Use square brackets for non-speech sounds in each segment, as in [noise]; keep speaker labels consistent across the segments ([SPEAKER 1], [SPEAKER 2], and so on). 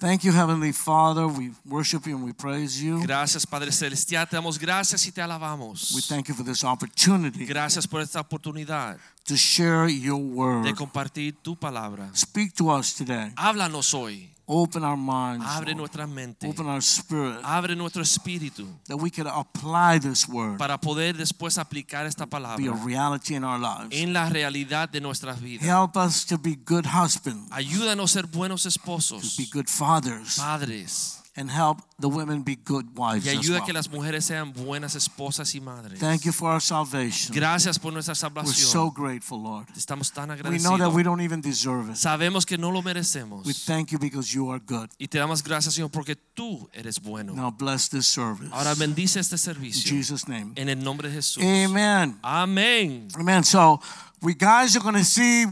[SPEAKER 1] Thank you, Heavenly Father. We worship you and we praise you.
[SPEAKER 2] Gracias Padre Celestial, te damos gracias y te
[SPEAKER 1] We
[SPEAKER 2] alabamos.
[SPEAKER 1] thank you for this opportunity
[SPEAKER 2] Gracias por esta oportunidad
[SPEAKER 1] to share your word.
[SPEAKER 2] de compartir tu palabra.
[SPEAKER 1] Speak to us today.
[SPEAKER 2] Háblanos hoy,
[SPEAKER 1] Open our minds.
[SPEAKER 2] abre
[SPEAKER 1] Lord.
[SPEAKER 2] nuestra mente,
[SPEAKER 1] Open our spirit
[SPEAKER 2] abre nuestro espíritu
[SPEAKER 1] that we can apply this word
[SPEAKER 2] para poder después aplicar esta
[SPEAKER 1] be a
[SPEAKER 2] palabra
[SPEAKER 1] reality in our lives.
[SPEAKER 2] en la realidad de nuestras vidas.
[SPEAKER 1] Help us to be good husbands,
[SPEAKER 2] Ayúdanos a ser buenos
[SPEAKER 1] to
[SPEAKER 2] esposos,
[SPEAKER 1] be good fathers,
[SPEAKER 2] padres,
[SPEAKER 1] and help the women be good wives
[SPEAKER 2] y
[SPEAKER 1] as
[SPEAKER 2] ayuda a
[SPEAKER 1] well.
[SPEAKER 2] que las mujeres sean buenas esposas y madres.
[SPEAKER 1] Thank you for our salvation.
[SPEAKER 2] Gracias por nuestra
[SPEAKER 1] We're so
[SPEAKER 2] salvación.
[SPEAKER 1] grateful, Lord.
[SPEAKER 2] Estamos tan
[SPEAKER 1] We know that
[SPEAKER 2] agradecidos.
[SPEAKER 1] we don't even deserve it.
[SPEAKER 2] Sabemos que no lo
[SPEAKER 1] We
[SPEAKER 2] merecemos.
[SPEAKER 1] thank you because you are good.
[SPEAKER 2] Y te damos gracias, Señor, porque tú eres bueno.
[SPEAKER 1] Now bless this service.
[SPEAKER 2] Ahora bendice este
[SPEAKER 1] In
[SPEAKER 2] servicio
[SPEAKER 1] Jesus' name.
[SPEAKER 2] en el nombre de Jesús.
[SPEAKER 1] Amen.
[SPEAKER 2] Amén.
[SPEAKER 1] Amen. So we guys are going to see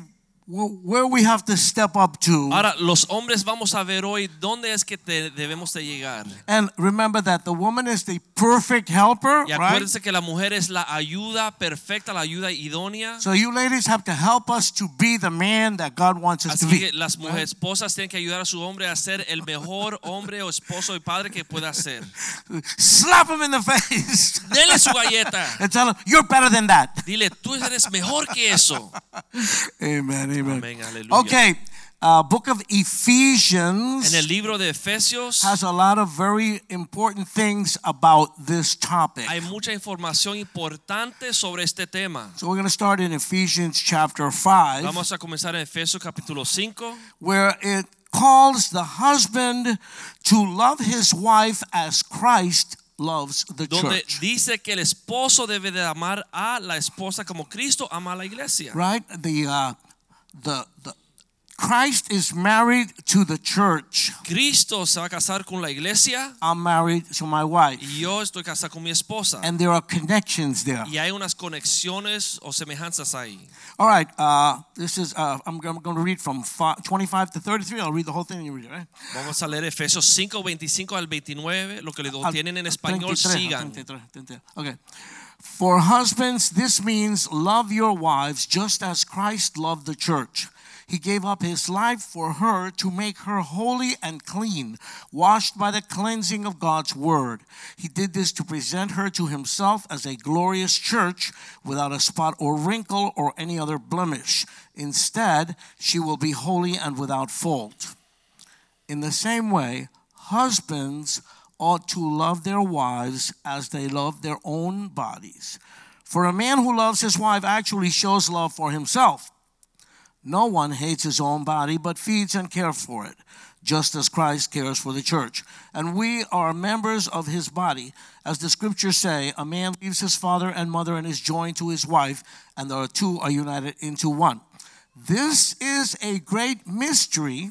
[SPEAKER 1] wh- where we have to step up to.
[SPEAKER 2] Ahora los hombres vamos a ver hoy dónde es que te debemos de llegar.
[SPEAKER 1] And remember that the woman is the perfect helper,
[SPEAKER 2] Y
[SPEAKER 1] right?
[SPEAKER 2] acuérdense que la mujer es la ayuda perfecta, la ayuda idónea.
[SPEAKER 1] So you ladies have to help us to be the man that God wants us to
[SPEAKER 2] Así
[SPEAKER 1] be.
[SPEAKER 2] que las mujeres esposas tienen que ayudar a su hombre a ser el mejor hombre o esposo y padre que pueda ser.
[SPEAKER 1] Slap him in the [laughs] face
[SPEAKER 2] Dele su galleta.
[SPEAKER 1] and tell him, you're better than that. [laughs]
[SPEAKER 2] Dile, tú eres mejor que eso.
[SPEAKER 1] Amen. Amen.
[SPEAKER 2] Amén, aleluya.
[SPEAKER 1] Okay. Uh, book of Ephesians
[SPEAKER 2] En el libro de Efesios
[SPEAKER 1] has a lot of very important things about this topic.
[SPEAKER 2] hay mucha información importante sobre este tema.
[SPEAKER 1] So we're going to start in Ephesians chapter 5,
[SPEAKER 2] Vamos a comenzar en Efesios capítulo 5.
[SPEAKER 1] where it calls the husband to love his wife as Christ loves the
[SPEAKER 2] donde
[SPEAKER 1] church.
[SPEAKER 2] dice que el esposo debe de amar a la esposa como Cristo ama a la iglesia.
[SPEAKER 1] Right? The, uh, the, the, Christ is married to the church.
[SPEAKER 2] Cristo se va a casar con la iglesia
[SPEAKER 1] I'm married to my wife.
[SPEAKER 2] y yo estoy casado con mi esposa.
[SPEAKER 1] And there are connections there.
[SPEAKER 2] Y hay unas conexiones o semejanzas ahí.
[SPEAKER 1] All right. Uh, this is, uh, I'm, I'm going to read from fi- 25 to 33. I'll read the whole thing and you read it, right?
[SPEAKER 2] Vamos a leer Efesios 5, 25 al 29. Lo que lo
[SPEAKER 1] Al-
[SPEAKER 2] tienen en español,
[SPEAKER 1] 33,
[SPEAKER 2] sigan.
[SPEAKER 1] 33, 33. Okay. For husbands, this means love your wives just as Christ loved the church. He gave up his life for her to make her holy and clean, washed by the cleansing of God's word. He did this to present her to himself as a glorious church without a spot or wrinkle or any other blemish. Instead, she will be holy and without fault. In the same way, husbands ought to love their wives as they love their own bodies. For a man who loves his wife actually shows love for himself. No one hates his own body, but feeds and cares for it, just as Christ cares for the church. And we are members of his body. As the scriptures say, a man leaves his father and mother and is joined to his wife, and the two are united into one. This is a great mystery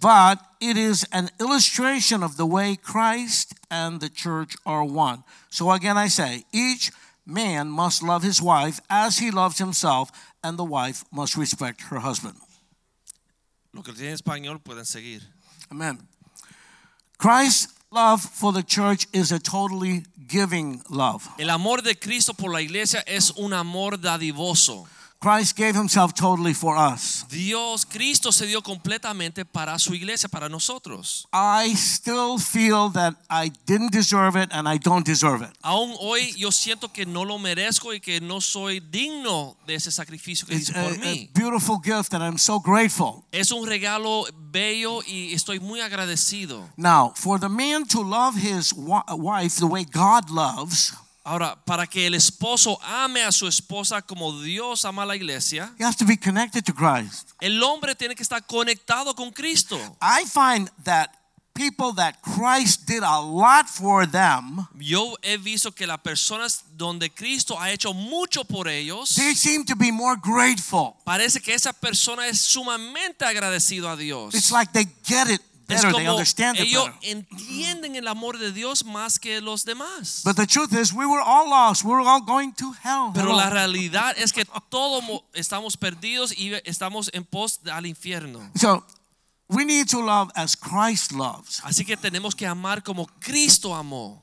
[SPEAKER 1] but it is an illustration of the way Christ and the church are one. So again, I say, each man must love his wife as he loves himself, and the wife must respect her husband.
[SPEAKER 2] Lo que tienen en español pueden seguir.
[SPEAKER 1] Amen. Christ's love for the church is a totally giving love.
[SPEAKER 2] El amor de Cristo por la iglesia es un amor dadivoso.
[SPEAKER 1] Christ gave himself totally for us.
[SPEAKER 2] Dios, Cristo se dio completamente para su iglesia, para nosotros.
[SPEAKER 1] I still feel that I didn't deserve it and I don't deserve it.
[SPEAKER 2] Aún hoy yo siento que no lo merezco y que no soy digno de ese sacrificio que
[SPEAKER 1] It's
[SPEAKER 2] hizo por
[SPEAKER 1] a, a
[SPEAKER 2] mí.
[SPEAKER 1] beautiful gift and I'm so grateful.
[SPEAKER 2] Es un regalo bello y estoy muy agradecido.
[SPEAKER 1] Now, for the man to love his wi- wife the way God loves,
[SPEAKER 2] Ahora, para que el esposo ame a su esposa como Dios ama a la iglesia,
[SPEAKER 1] he has to be connected to Christ.
[SPEAKER 2] el hombre tiene que estar conectado con Cristo.
[SPEAKER 1] I find that people that Christ did a lot for them,
[SPEAKER 2] Yo he visto que las personas donde Cristo ha hecho mucho por ellos,
[SPEAKER 1] they seem to be more grateful.
[SPEAKER 2] parece que esa persona es sumamente agradecido a Dios.
[SPEAKER 1] It's like they get it
[SPEAKER 2] Es
[SPEAKER 1] better, they
[SPEAKER 2] como
[SPEAKER 1] understand it
[SPEAKER 2] ellos
[SPEAKER 1] better.
[SPEAKER 2] entienden el amor de Dios más que los demás.
[SPEAKER 1] But the truth is, we were all lost. We were all going to hell.
[SPEAKER 2] Pero
[SPEAKER 1] Hello.
[SPEAKER 2] la realidad es que todos mo- estamos perdidos y estamos en pos al infierno.
[SPEAKER 1] So we need to love as Christ loves.
[SPEAKER 2] Así que tenemos que amar como Cristo amó.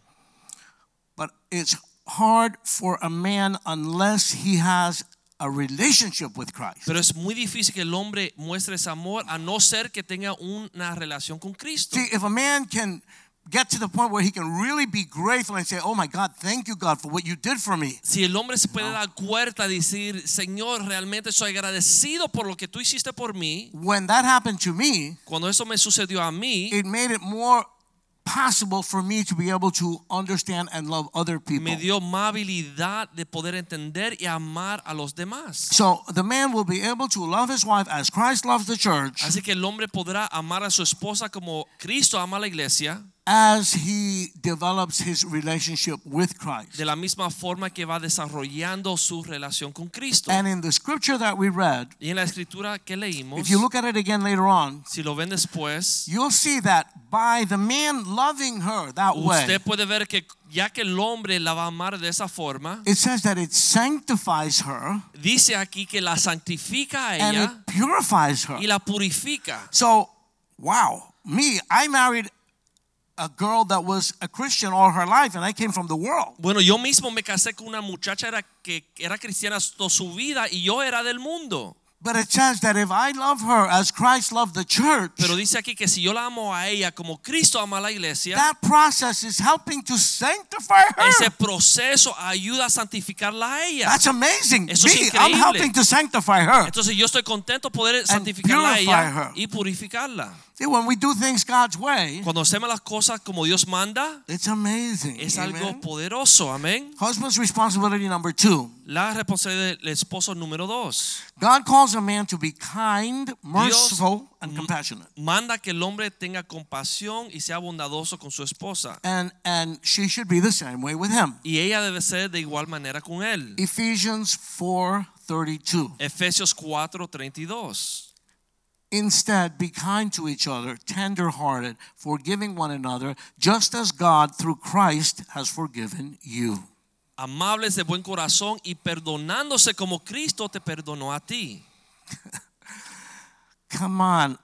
[SPEAKER 1] But it's hard for a man unless he has a relationship with Christ.
[SPEAKER 2] Pero es muy difícil que el hombre muestre ese amor a no ser que tenga una relación con Cristo.
[SPEAKER 1] See, if a man can get to the point where he can really be grateful and say, Oh my God, thank you, God, for what you did for me.
[SPEAKER 2] Si el hombre se puede dar cuenta y decir, Señor, realmente soy agradecido por lo que tú hiciste por mí,
[SPEAKER 1] When that happened to me,
[SPEAKER 2] cuando eso me sucedió a mí,
[SPEAKER 1] it made it more possible for me to be able to understand and love other people.
[SPEAKER 2] me dio más habilidad de poder entender y amar a los demás.
[SPEAKER 1] So the man will be able to love his wife as Christ loves the church
[SPEAKER 2] Así que el hombre podrá amar a su esposa como Cristo ama a la iglesia,
[SPEAKER 1] as he develops his relationship with Christ.
[SPEAKER 2] de la misma forma que va desarrollando su relación con Cristo.
[SPEAKER 1] And in the scripture that we read,
[SPEAKER 2] Y en la escritura que leímos,
[SPEAKER 1] if you look at it again later on,
[SPEAKER 2] si lo ven después,
[SPEAKER 1] you'll see that by the man loving her that way,
[SPEAKER 2] usted puede ver que ya que el hombre la va a amar de esa forma,
[SPEAKER 1] it says that it sanctifies her
[SPEAKER 2] dice aquí que la santifica a
[SPEAKER 1] and it
[SPEAKER 2] ella
[SPEAKER 1] purifies her.
[SPEAKER 2] y la purifica.
[SPEAKER 1] So, wow, me, I married a girl that was a Christian all her life and I came from the world.
[SPEAKER 2] Bueno, yo mismo me casé con una muchacha era que era cristiana toda su vida y yo era del mundo.
[SPEAKER 1] But it says that if I love her as Christ loved the church,
[SPEAKER 2] Pero dice aquí que si yo la amo a ella como Cristo ama a la iglesia,
[SPEAKER 1] that process is helping to sanctify
[SPEAKER 2] ese
[SPEAKER 1] her.
[SPEAKER 2] proceso ayuda a santificarla a ella.
[SPEAKER 1] That's amazing.
[SPEAKER 2] Eso es
[SPEAKER 1] Me, I'm
[SPEAKER 2] increíble.
[SPEAKER 1] helping to sanctify her.
[SPEAKER 2] Entonces yo estoy contento poder santificarla a
[SPEAKER 1] purify
[SPEAKER 2] ella
[SPEAKER 1] her.
[SPEAKER 2] y purificarla.
[SPEAKER 1] See, when we do things God's way,
[SPEAKER 2] Cuando hacemos las cosas como Dios manda,
[SPEAKER 1] it's amazing.
[SPEAKER 2] es
[SPEAKER 1] Amen.
[SPEAKER 2] algo poderoso, amén.
[SPEAKER 1] Husband's responsibility number two.
[SPEAKER 2] La responsabilidad del esposo número dos.
[SPEAKER 1] God calls a man to be kind, merciful, and compassionate.
[SPEAKER 2] Manda que el hombre tenga compasión y sea bondadoso con su esposa.
[SPEAKER 1] And and she should be the same way with him.
[SPEAKER 2] Y ella debe ser de igual manera con él.
[SPEAKER 1] Ephesians 4:32.
[SPEAKER 2] Efesios 4:32.
[SPEAKER 1] Instead, be kind to each other, tender-hearted, forgiving one another, just as God through Christ has forgiven you.
[SPEAKER 2] Amables de buen corazón y perdonándose como Cristo te perdonó a ti.
[SPEAKER 1] Come on.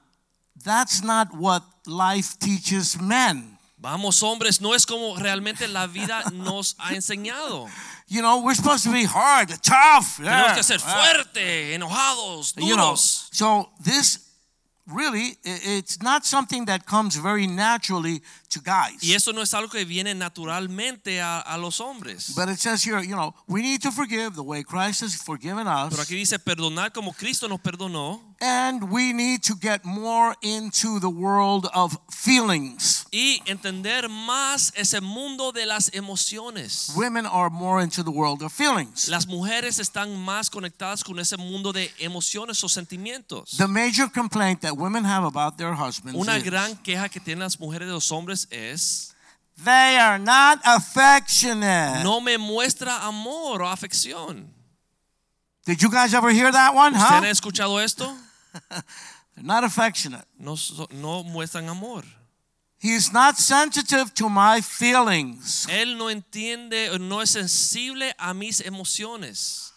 [SPEAKER 1] That's not what life teaches men.
[SPEAKER 2] Vamos hombres, no es como realmente la vida nos
[SPEAKER 1] [laughs]
[SPEAKER 2] ha enseñado.
[SPEAKER 1] You know, we're supposed to be hard, tough.
[SPEAKER 2] Tenemos
[SPEAKER 1] yeah,
[SPEAKER 2] que ser
[SPEAKER 1] yeah.
[SPEAKER 2] fuertes, enojados,
[SPEAKER 1] Ah. you know
[SPEAKER 2] duros.
[SPEAKER 1] so this really i- it's not something that comes very naturally to guys
[SPEAKER 2] Y eso no es algo que viene naturalmente a, a los hombres.
[SPEAKER 1] but it says here you know we need to forgive the way christ has forgiven
[SPEAKER 2] Pero
[SPEAKER 1] us
[SPEAKER 2] aquí dice perdonar como Cristo nos perdonó
[SPEAKER 1] and we need to get more into the world of feelings
[SPEAKER 2] y entender más ese mundo de las emociones.
[SPEAKER 1] women are more into the world of feelings
[SPEAKER 2] Las mujeres están más conectadas con ese mundo de emociones o sentimientos.
[SPEAKER 1] the major complaint that women have about their husbands
[SPEAKER 2] Una
[SPEAKER 1] is,
[SPEAKER 2] gran queja que tienen las mujeres de los hombres es
[SPEAKER 1] they are not affectionate
[SPEAKER 2] no me muestra amor o afección.
[SPEAKER 1] did you guys ever hear that one
[SPEAKER 2] ¿Ustedes han
[SPEAKER 1] huh
[SPEAKER 2] escuchado esto?
[SPEAKER 1] They're not affectionate
[SPEAKER 2] No, so- no muestran amor.
[SPEAKER 1] He's not sensitive to my feelings.
[SPEAKER 2] Él no entiende, o no es sensible a mis emociones.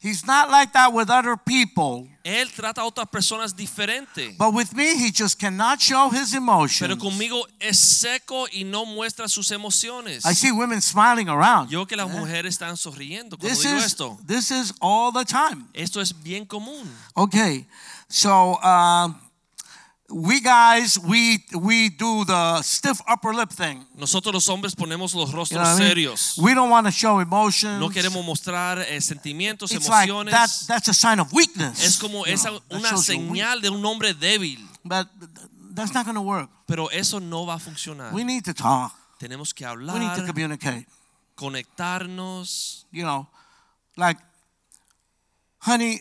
[SPEAKER 1] He's not like that with other people.
[SPEAKER 2] Él trata a otras personas diferente.
[SPEAKER 1] But with me, he just cannot show his emotions.
[SPEAKER 2] Pero conmigo es seco y no muestra sus emociones.
[SPEAKER 1] I see women smiling around.
[SPEAKER 2] Yo que las mujeres están sonriendo cuando
[SPEAKER 1] Ah. This
[SPEAKER 2] digo
[SPEAKER 1] is,
[SPEAKER 2] esto.
[SPEAKER 1] this is all the time.
[SPEAKER 2] Esto es bien común.
[SPEAKER 1] Okay. So, uh, we guys, we, we do the stiff upper lip thing.
[SPEAKER 2] Nosotros los hombres ponemos
[SPEAKER 1] You
[SPEAKER 2] los
[SPEAKER 1] know
[SPEAKER 2] rostros
[SPEAKER 1] what I mean?
[SPEAKER 2] serios.
[SPEAKER 1] We don't want to show emotions.
[SPEAKER 2] No queremos mostrar eh, sentimientos,
[SPEAKER 1] it's like
[SPEAKER 2] emociones.
[SPEAKER 1] that, that's a sign of weakness.
[SPEAKER 2] es como
[SPEAKER 1] You
[SPEAKER 2] esa
[SPEAKER 1] know, that
[SPEAKER 2] una
[SPEAKER 1] shows you're weak.
[SPEAKER 2] señal de un hombre débil.
[SPEAKER 1] But that's not going to work.
[SPEAKER 2] Pero eso no va a funcionar.
[SPEAKER 1] We need to talk.
[SPEAKER 2] Tenemos que
[SPEAKER 1] We need to
[SPEAKER 2] hablar,
[SPEAKER 1] communicate.
[SPEAKER 2] conectarnos.
[SPEAKER 1] You know, like, honey,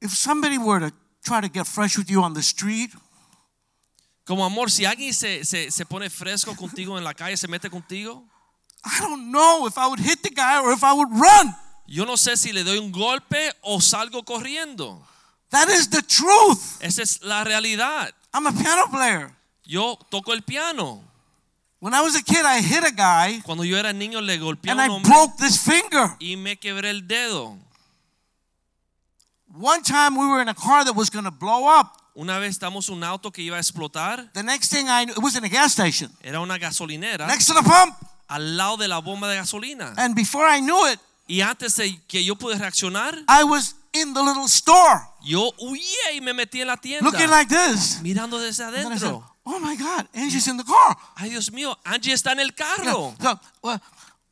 [SPEAKER 1] if somebody were to try to get fresh with you on the street,
[SPEAKER 2] Como amor, si alguien se, se, se pone fresco contigo en la calle, se mete contigo,
[SPEAKER 1] I don't know if I would hit the guy or if I would run.
[SPEAKER 2] Yo no sé si le doy un golpe o salgo corriendo.
[SPEAKER 1] That is the truth.
[SPEAKER 2] Esa es la realidad.
[SPEAKER 1] I'm a piano player.
[SPEAKER 2] Yo toco el piano.
[SPEAKER 1] When I was a kid, I hit a guy
[SPEAKER 2] Cuando yo era niño le golpeé a
[SPEAKER 1] and
[SPEAKER 2] un
[SPEAKER 1] I
[SPEAKER 2] hombre
[SPEAKER 1] broke this finger.
[SPEAKER 2] y me quebré el dedo.
[SPEAKER 1] One time we were in a car that was going to blow up.
[SPEAKER 2] Una vez estamos en un auto que iba a explotar.
[SPEAKER 1] The next thing I knew, it was in a gas station
[SPEAKER 2] Era una gasolinera
[SPEAKER 1] next to the pump.
[SPEAKER 2] al lado de la bomba de gasolina.
[SPEAKER 1] And before I knew it,
[SPEAKER 2] Y antes de que yo pude reaccionar,
[SPEAKER 1] I was in the little store
[SPEAKER 2] yo huía y me metí en la tienda.
[SPEAKER 1] looking like this.
[SPEAKER 2] mirando desde
[SPEAKER 1] And then I said,
[SPEAKER 2] adentro.
[SPEAKER 1] Oh my God, Angie's in the car.
[SPEAKER 2] Ay, Dios mío, Angie está en el carro.
[SPEAKER 1] So, well,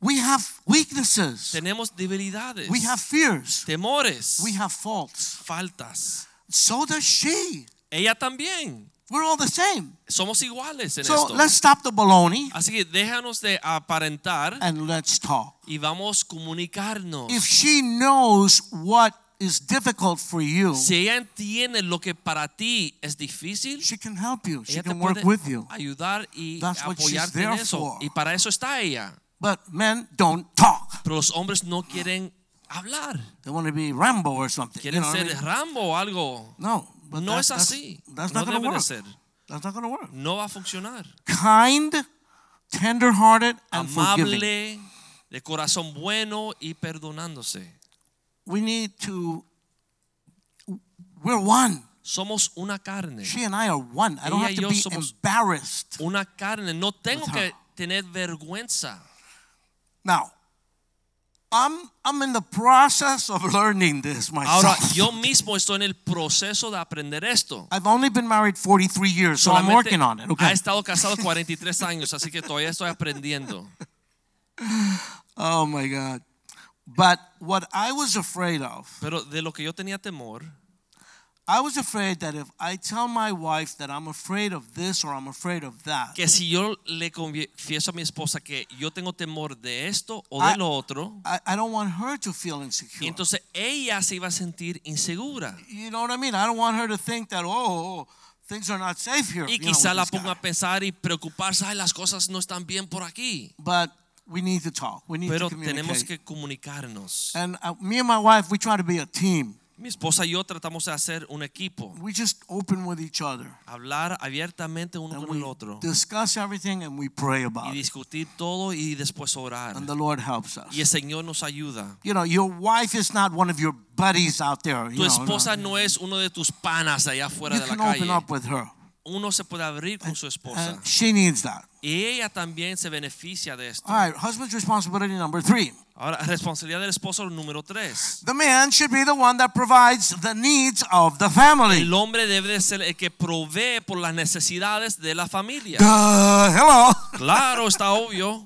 [SPEAKER 1] we have weaknesses,
[SPEAKER 2] Tenemos debilidades,
[SPEAKER 1] we have fears,
[SPEAKER 2] temores,
[SPEAKER 1] we have faults.
[SPEAKER 2] faltas.
[SPEAKER 1] So does she.
[SPEAKER 2] Ella también.
[SPEAKER 1] We're all the same.
[SPEAKER 2] Somos iguales en
[SPEAKER 1] So
[SPEAKER 2] esto.
[SPEAKER 1] let's stop the baloney
[SPEAKER 2] Así que déjanos de aparentar
[SPEAKER 1] and let's talk.
[SPEAKER 2] y vamos a comunicarnos.
[SPEAKER 1] If she knows what is difficult for you,
[SPEAKER 2] Si ella entiende lo que para ti es difícil,
[SPEAKER 1] she can help you. She
[SPEAKER 2] ella te
[SPEAKER 1] can work
[SPEAKER 2] puede
[SPEAKER 1] with you.
[SPEAKER 2] ayudar y
[SPEAKER 1] That's what she's
[SPEAKER 2] apoyarte en
[SPEAKER 1] there
[SPEAKER 2] eso.
[SPEAKER 1] for.
[SPEAKER 2] Y para eso está ella.
[SPEAKER 1] But men don't talk.
[SPEAKER 2] Pero los hombres no quieren hablar.
[SPEAKER 1] They want to be Rambo or something. You
[SPEAKER 2] Quieren
[SPEAKER 1] know what I
[SPEAKER 2] ser
[SPEAKER 1] mean?
[SPEAKER 2] Rambo o algo.
[SPEAKER 1] No, but
[SPEAKER 2] No
[SPEAKER 1] that-
[SPEAKER 2] es
[SPEAKER 1] that's,
[SPEAKER 2] así.
[SPEAKER 1] That's
[SPEAKER 2] no
[SPEAKER 1] not going to
[SPEAKER 2] debe de
[SPEAKER 1] work.
[SPEAKER 2] ser.
[SPEAKER 1] That's not going to work.
[SPEAKER 2] No va a funcionar.
[SPEAKER 1] Kind, tender-hearted, and forgiving.
[SPEAKER 2] Amable, de corazón bueno y perdonándose.
[SPEAKER 1] We need to. We're one.
[SPEAKER 2] Somos una carne.
[SPEAKER 1] She and I are one. I don't
[SPEAKER 2] Ella
[SPEAKER 1] have
[SPEAKER 2] y yo
[SPEAKER 1] to be
[SPEAKER 2] somos-
[SPEAKER 1] embarrassed.
[SPEAKER 2] Una carne. No tengo
[SPEAKER 1] With
[SPEAKER 2] que
[SPEAKER 1] her.
[SPEAKER 2] tener vergüenza.
[SPEAKER 1] Now, I'm I'm in the process of learning this myself.
[SPEAKER 2] Ahora, yo mismo estoy en el proceso de aprender esto.
[SPEAKER 1] [laughs] I've only been married 43 years, so I'm
[SPEAKER 2] Solamente
[SPEAKER 1] working on it.
[SPEAKER 2] Ha
[SPEAKER 1] Okay.
[SPEAKER 2] estado casado 43 años, así que todavía estoy aprendiendo.
[SPEAKER 1] Oh my God. But what I was afraid of,
[SPEAKER 2] Pero de lo que yo tenía temor,
[SPEAKER 1] I was afraid that if I tell my wife that I'm afraid of this or I'm afraid of that,
[SPEAKER 2] que si yo le confieso a mi esposa que yo tengo temor de esto o de
[SPEAKER 1] I-
[SPEAKER 2] lo otro,
[SPEAKER 1] I, I don't want her to feel insecure.
[SPEAKER 2] entonces ella se iba a sentir insegura.
[SPEAKER 1] you know what I mean? I don't want her to think that, oh, oh, things are not safe here.
[SPEAKER 2] Y
[SPEAKER 1] you know, with
[SPEAKER 2] quizá la
[SPEAKER 1] this guy.
[SPEAKER 2] ponga a pensar y preocuparse, ay, las cosas no están bien por aquí.
[SPEAKER 1] But we need to talk. We need
[SPEAKER 2] Pero
[SPEAKER 1] to
[SPEAKER 2] tenemos
[SPEAKER 1] communicate.
[SPEAKER 2] que comunicarnos.
[SPEAKER 1] And uh, me and my wife, we try to be a team.
[SPEAKER 2] Mi esposa y yo tratamos de hacer un equipo,
[SPEAKER 1] We just open with each other.
[SPEAKER 2] hablar abiertamente uno
[SPEAKER 1] And
[SPEAKER 2] con el
[SPEAKER 1] we
[SPEAKER 2] otro
[SPEAKER 1] discuss everything and we pray
[SPEAKER 2] y
[SPEAKER 1] about it.
[SPEAKER 2] discutir todo y después orar.
[SPEAKER 1] And the Lord helps us.
[SPEAKER 2] Y el Señor nos ayuda.
[SPEAKER 1] You know, your wife is not one of your buddies out there. You
[SPEAKER 2] Tu
[SPEAKER 1] know,
[SPEAKER 2] esposa
[SPEAKER 1] no.
[SPEAKER 2] no es uno de tus panas de allá afuera
[SPEAKER 1] you
[SPEAKER 2] de la
[SPEAKER 1] can
[SPEAKER 2] calle.
[SPEAKER 1] open up with her.
[SPEAKER 2] Uno se puede abrir con su esposa.
[SPEAKER 1] And she needs that.
[SPEAKER 2] Y ella también se beneficia de esto.
[SPEAKER 1] All right, husband's responsibility number three.
[SPEAKER 2] Ahora, responsabilidad del esposo número tres.
[SPEAKER 1] The man should be the one that provides the needs of the family.
[SPEAKER 2] El hombre debe de ser el que provee por las necesidades de la familia. Uh,
[SPEAKER 1] Duh, hello.
[SPEAKER 2] Claro, está obvio,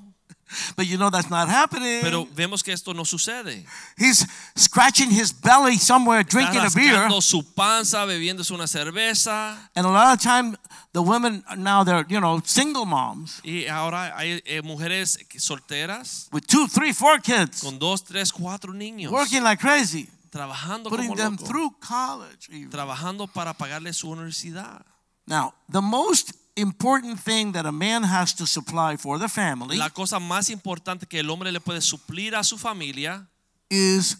[SPEAKER 1] [laughs] But you know that's not happening.
[SPEAKER 2] pero vemos que esto no sucede.
[SPEAKER 1] He's scratching his belly somewhere,
[SPEAKER 2] Está
[SPEAKER 1] drinking a beer.
[SPEAKER 2] rascando su panza, bebiéndose una cerveza.
[SPEAKER 1] And a lot of time, the women are now they're, you know, single moms
[SPEAKER 2] Y ahora hay eh, mujeres que- solteras
[SPEAKER 1] with two, three, four kids
[SPEAKER 2] con dos, tres, cuatro niños
[SPEAKER 1] working like crazy,
[SPEAKER 2] trabajando
[SPEAKER 1] putting
[SPEAKER 2] como
[SPEAKER 1] them
[SPEAKER 2] loco,
[SPEAKER 1] through college. even.
[SPEAKER 2] trabajando para pagarle su universidad.
[SPEAKER 1] Now, the most important thing that a man has to supply for the family
[SPEAKER 2] La cosa más importante que el hombre le puede suplir a su familia
[SPEAKER 1] is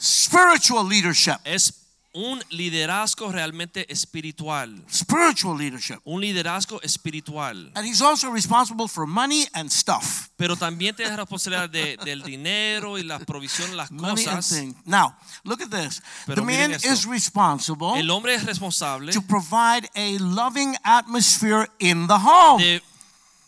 [SPEAKER 1] spiritual leadership.
[SPEAKER 2] es un liderazgo realmente espiritual,
[SPEAKER 1] Spiritual leadership.
[SPEAKER 2] un liderazgo espiritual.
[SPEAKER 1] And he's also responsible for money and stuff.
[SPEAKER 2] Pero también tiene responsabilidad de- del dinero y la provisión, las
[SPEAKER 1] Money and
[SPEAKER 2] cosas.
[SPEAKER 1] things. Now, look at this.
[SPEAKER 2] Pero
[SPEAKER 1] the man
[SPEAKER 2] miren esto.
[SPEAKER 1] is responsible
[SPEAKER 2] El hombre es responsable
[SPEAKER 1] to provide a loving atmosphere in the home.
[SPEAKER 2] de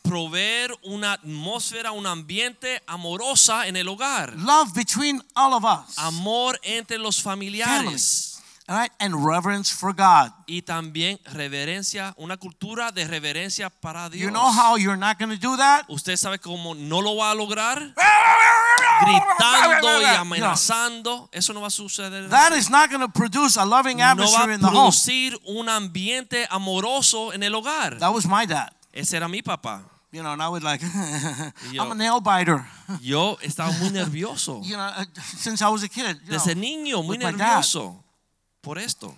[SPEAKER 2] proveer una atmósfera, un ambiente amorosa en el hogar.
[SPEAKER 1] love between all of us.
[SPEAKER 2] Amor entre los familiares.
[SPEAKER 1] all right, and reverence for God.
[SPEAKER 2] Y también reverencia, una cultura de reverencia para Dios.
[SPEAKER 1] You know how you're not going to do that?
[SPEAKER 2] Usted sabe cómo no lo va a lograr
[SPEAKER 1] [laughs]
[SPEAKER 2] gritando y
[SPEAKER 1] You know,
[SPEAKER 2] amenazando. Eso no va a suceder.
[SPEAKER 1] that is not going to produce a loving
[SPEAKER 2] No va
[SPEAKER 1] atmosphere
[SPEAKER 2] a
[SPEAKER 1] in the home.
[SPEAKER 2] producir un ambiente amoroso en el hogar.
[SPEAKER 1] That was my dad.
[SPEAKER 2] Ese era mi papá.
[SPEAKER 1] You know, and I would like, [laughs]
[SPEAKER 2] Yo.
[SPEAKER 1] I'm a nail biter. [laughs]
[SPEAKER 2] Yo estaba muy nervioso.
[SPEAKER 1] You know, uh, since I was a kid. you
[SPEAKER 2] Desde
[SPEAKER 1] know.
[SPEAKER 2] niño, muy
[SPEAKER 1] with my dad.
[SPEAKER 2] nervioso por esto.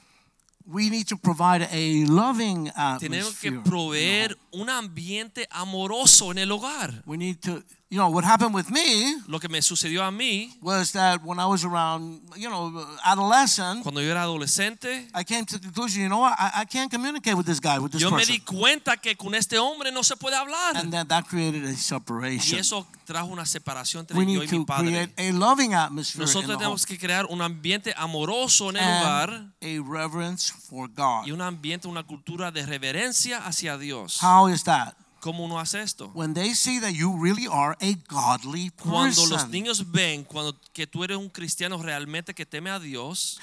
[SPEAKER 1] we need to provide a loving
[SPEAKER 2] Tenemos que
[SPEAKER 1] atmosphere.
[SPEAKER 2] proveer un ambiente amoroso en el hogar.
[SPEAKER 1] We need to, You know, what happened with me
[SPEAKER 2] Lo que me sucedió a mí
[SPEAKER 1] was that when I was around, you know, adolescent,
[SPEAKER 2] cuando yo era adolescente,
[SPEAKER 1] I came to the conclusion, you know what, I, I can't communicate with this guy, with this
[SPEAKER 2] yo me
[SPEAKER 1] person.
[SPEAKER 2] di cuenta que con este hombre no se puede hablar.
[SPEAKER 1] And then that created a
[SPEAKER 2] Y
[SPEAKER 1] separation.
[SPEAKER 2] eso trajo una separación entre
[SPEAKER 1] We
[SPEAKER 2] yo
[SPEAKER 1] need
[SPEAKER 2] y mi
[SPEAKER 1] to create
[SPEAKER 2] padre.
[SPEAKER 1] a loving atmosphere in the
[SPEAKER 2] Nosotros
[SPEAKER 1] home
[SPEAKER 2] tenemos que crear un ambiente amoroso en el
[SPEAKER 1] and
[SPEAKER 2] hogar
[SPEAKER 1] a reverence for God.
[SPEAKER 2] y un ambiente, una cultura de reverencia hacia Dios.
[SPEAKER 1] How is that?
[SPEAKER 2] ¿Cómo uno hace esto?
[SPEAKER 1] When they see that you really are a godly
[SPEAKER 2] Cuando los
[SPEAKER 1] person,
[SPEAKER 2] niños ven cuando que tú eres un cristiano realmente que teme a Dios,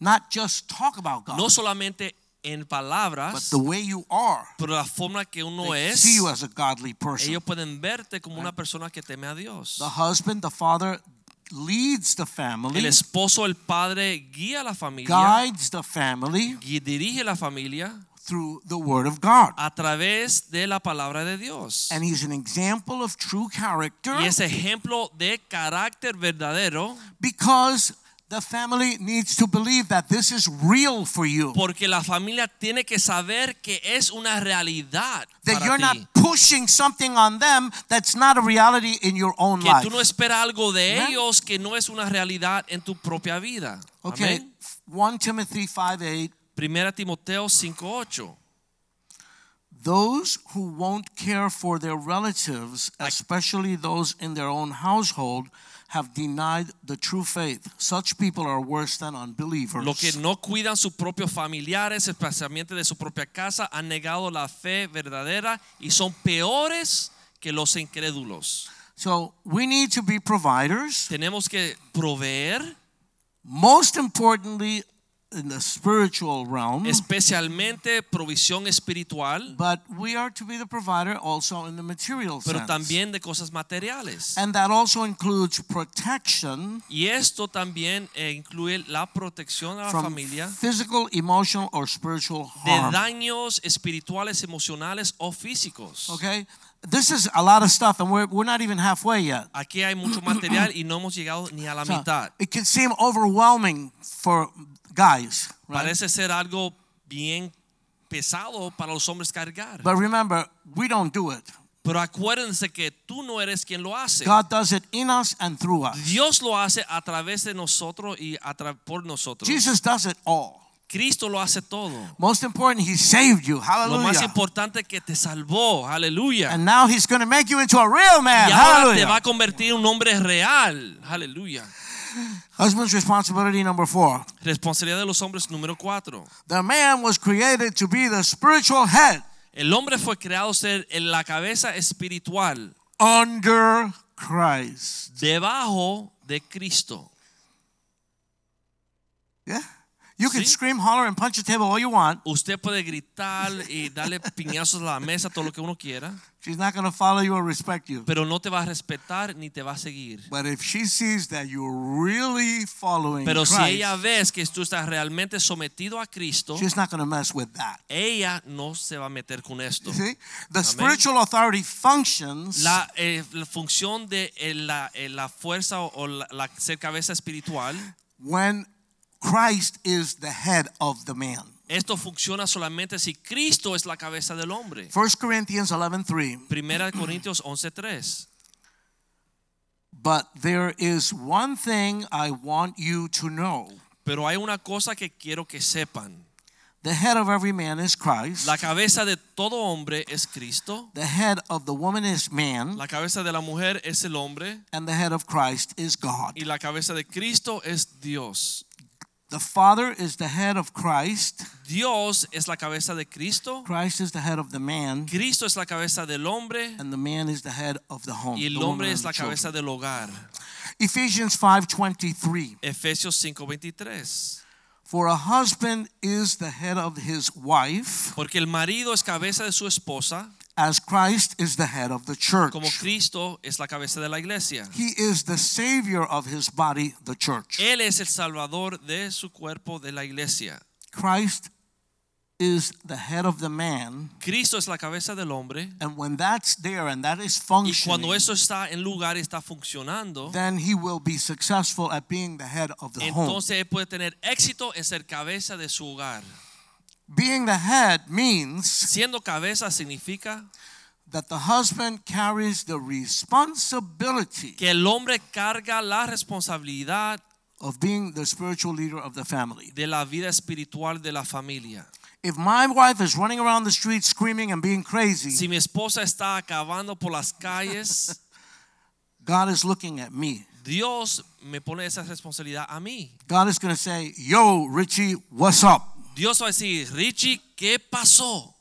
[SPEAKER 1] not just talk about God,
[SPEAKER 2] no solamente
[SPEAKER 1] Ah.
[SPEAKER 2] en
[SPEAKER 1] but
[SPEAKER 2] palabras,
[SPEAKER 1] the way you are,
[SPEAKER 2] pero la forma que uno
[SPEAKER 1] they
[SPEAKER 2] es,
[SPEAKER 1] see you as a godly person.
[SPEAKER 2] ellos pueden verte como una persona que teme a Dios.
[SPEAKER 1] The husband, the father leads the family,
[SPEAKER 2] El esposo, el padre guía a la familia,
[SPEAKER 1] guides the family
[SPEAKER 2] gui- dirige la familia
[SPEAKER 1] through the word of God.
[SPEAKER 2] a través de la palabra de Dios.
[SPEAKER 1] And he's an example of true character
[SPEAKER 2] Y es ejemplo de carácter verdadero
[SPEAKER 1] because the family needs to believe that this is real for you.
[SPEAKER 2] porque la familia tiene que saber que es una realidad
[SPEAKER 1] That
[SPEAKER 2] para
[SPEAKER 1] you're
[SPEAKER 2] ti.
[SPEAKER 1] not pushing something on them that's not a reality in your own
[SPEAKER 2] Que
[SPEAKER 1] life.
[SPEAKER 2] tú no esperas algo de
[SPEAKER 1] Amen.
[SPEAKER 2] ellos que no es una realidad en tu propia vida.
[SPEAKER 1] Okay,
[SPEAKER 2] Amén.
[SPEAKER 1] 1 Timothy 5 8.
[SPEAKER 2] Primera Timoteo 5:8.
[SPEAKER 1] Those who won't care for their relatives, especially those in their own household, have denied the true faith. Such people are worse than unbelievers.
[SPEAKER 2] Los que no cuidan sus propios familiares, especialmente de su propia casa, han negado la fe verdadera y son peores que los incrédulos.
[SPEAKER 1] So we need to be providers.
[SPEAKER 2] Tenemos que proveer,
[SPEAKER 1] Most importantly, in the spiritual realm,
[SPEAKER 2] especialmente provisión espiritual,
[SPEAKER 1] but we are to be the provider also in the material
[SPEAKER 2] pero
[SPEAKER 1] sense.
[SPEAKER 2] también de cosas materiales.
[SPEAKER 1] and that also includes protection
[SPEAKER 2] Y esto también eh, incluye la protección a la
[SPEAKER 1] from
[SPEAKER 2] familia
[SPEAKER 1] physical, emotional, or spiritual
[SPEAKER 2] de
[SPEAKER 1] harm.
[SPEAKER 2] daños espirituales, emocionales o físicos.
[SPEAKER 1] Okay? This is a lot of stuff, and we're, we're not even halfway yet.
[SPEAKER 2] Aquí hay mucho material y no hemos llegado ni a la
[SPEAKER 1] So,
[SPEAKER 2] mitad.
[SPEAKER 1] it can seem overwhelming for guys, right?
[SPEAKER 2] Parece ser algo bien pesado para los hombres cargar.
[SPEAKER 1] But remember, we don't do it.
[SPEAKER 2] Pero acuérdense que tú no eres quien lo hace.
[SPEAKER 1] God does it in us and through us.
[SPEAKER 2] Dios lo hace a través de nosotros y a tra- por nosotros.
[SPEAKER 1] Jesus does it all.
[SPEAKER 2] Cristo lo hace todo.
[SPEAKER 1] Most important, He saved you.
[SPEAKER 2] Lo más
[SPEAKER 1] Hallelujah.
[SPEAKER 2] importante es que te salvó. Aleluya.
[SPEAKER 1] And now He's going to make you into a real man.
[SPEAKER 2] Y ahora te
[SPEAKER 1] Hallelujah.
[SPEAKER 2] va a convertir en un hombre real. Aleluya.
[SPEAKER 1] Husband's responsibility number four.
[SPEAKER 2] Responsabilidad de los hombres número cuatro.
[SPEAKER 1] The man was created to be the spiritual head
[SPEAKER 2] El hombre fue creado ser en la cabeza espiritual
[SPEAKER 1] under Christ.
[SPEAKER 2] debajo de Cristo.
[SPEAKER 1] Yeah. You can
[SPEAKER 2] Sí.
[SPEAKER 1] scream, holler, and punch the table all you want.
[SPEAKER 2] Usted puede gritar y darle piñazos a la mesa, todo lo que uno quiera,
[SPEAKER 1] She's not going to follow you or respect you.
[SPEAKER 2] pero no te va a respetar ni te va a seguir.
[SPEAKER 1] But if she sees that you're really following
[SPEAKER 2] Pero si
[SPEAKER 1] Christ,
[SPEAKER 2] ella ves que tú estás realmente sometido a Cristo,
[SPEAKER 1] she's not going to mess with that.
[SPEAKER 2] ella no se va a meter con esto.
[SPEAKER 1] You see? The spiritual authority functions
[SPEAKER 2] La, eh, la función de eh, la, eh, la fuerza o, o la, la ser cabeza espiritual,
[SPEAKER 1] when Christ is the head of the man.
[SPEAKER 2] esto funciona solamente si Cristo es la cabeza del hombre.
[SPEAKER 1] 1 Corinthians 11:3
[SPEAKER 2] Primera de Corintios 11:3.
[SPEAKER 1] But there is one thing I want you to know.
[SPEAKER 2] Pero hay una cosa que quiero que sepan.
[SPEAKER 1] The head of every man is Christ.
[SPEAKER 2] La cabeza de todo hombre es Cristo.
[SPEAKER 1] the head of the woman is man
[SPEAKER 2] La cabeza de la mujer es el hombre
[SPEAKER 1] and the head of Christ is God.
[SPEAKER 2] y la cabeza de Cristo es Dios.
[SPEAKER 1] The father is the head of Christ.
[SPEAKER 2] Dios es la cabeza de Cristo.
[SPEAKER 1] Christ is the head of the man
[SPEAKER 2] Cristo es la cabeza del hombre
[SPEAKER 1] and the man is the head of the home.
[SPEAKER 2] y el
[SPEAKER 1] the woman
[SPEAKER 2] hombre
[SPEAKER 1] and
[SPEAKER 2] es la
[SPEAKER 1] the children.
[SPEAKER 2] cabeza del hogar.
[SPEAKER 1] Ephesians 5:23
[SPEAKER 2] Efesios 5:23.
[SPEAKER 1] For a husband is the head of his wife
[SPEAKER 2] Porque el marido es cabeza de su esposa,
[SPEAKER 1] as Christ is the head of the church.
[SPEAKER 2] como Cristo es la cabeza de la iglesia.
[SPEAKER 1] He is the savior of his body, the church.
[SPEAKER 2] Él es el salvador de su cuerpo de la iglesia.
[SPEAKER 1] Christ is the head of the man
[SPEAKER 2] Cristo es la cabeza del hombre
[SPEAKER 1] and when that's there and that is
[SPEAKER 2] Y cuando
[SPEAKER 1] functioning
[SPEAKER 2] eso está en lugar y está funcionando,
[SPEAKER 1] then he will be successful at being the head of the home.
[SPEAKER 2] entonces él puede tener éxito en ser cabeza de su hogar.
[SPEAKER 1] Being the head means
[SPEAKER 2] Siendo cabeza significa
[SPEAKER 1] that the husband carries the responsibility
[SPEAKER 2] que el hombre carga la responsabilidad
[SPEAKER 1] of being the spiritual leader of the family.
[SPEAKER 2] de la vida espiritual de la familia.
[SPEAKER 1] If my wife is running around the street screaming and being crazy,
[SPEAKER 2] Si mi esposa está acabando por
[SPEAKER 1] [laughs]
[SPEAKER 2] las calles,
[SPEAKER 1] God is looking at me.
[SPEAKER 2] Dios me pone esa responsabilidad a mí.
[SPEAKER 1] God is going to say, Yo, Richie, what's up?
[SPEAKER 2] Dios va a decir, Richie, ¿qué pasó?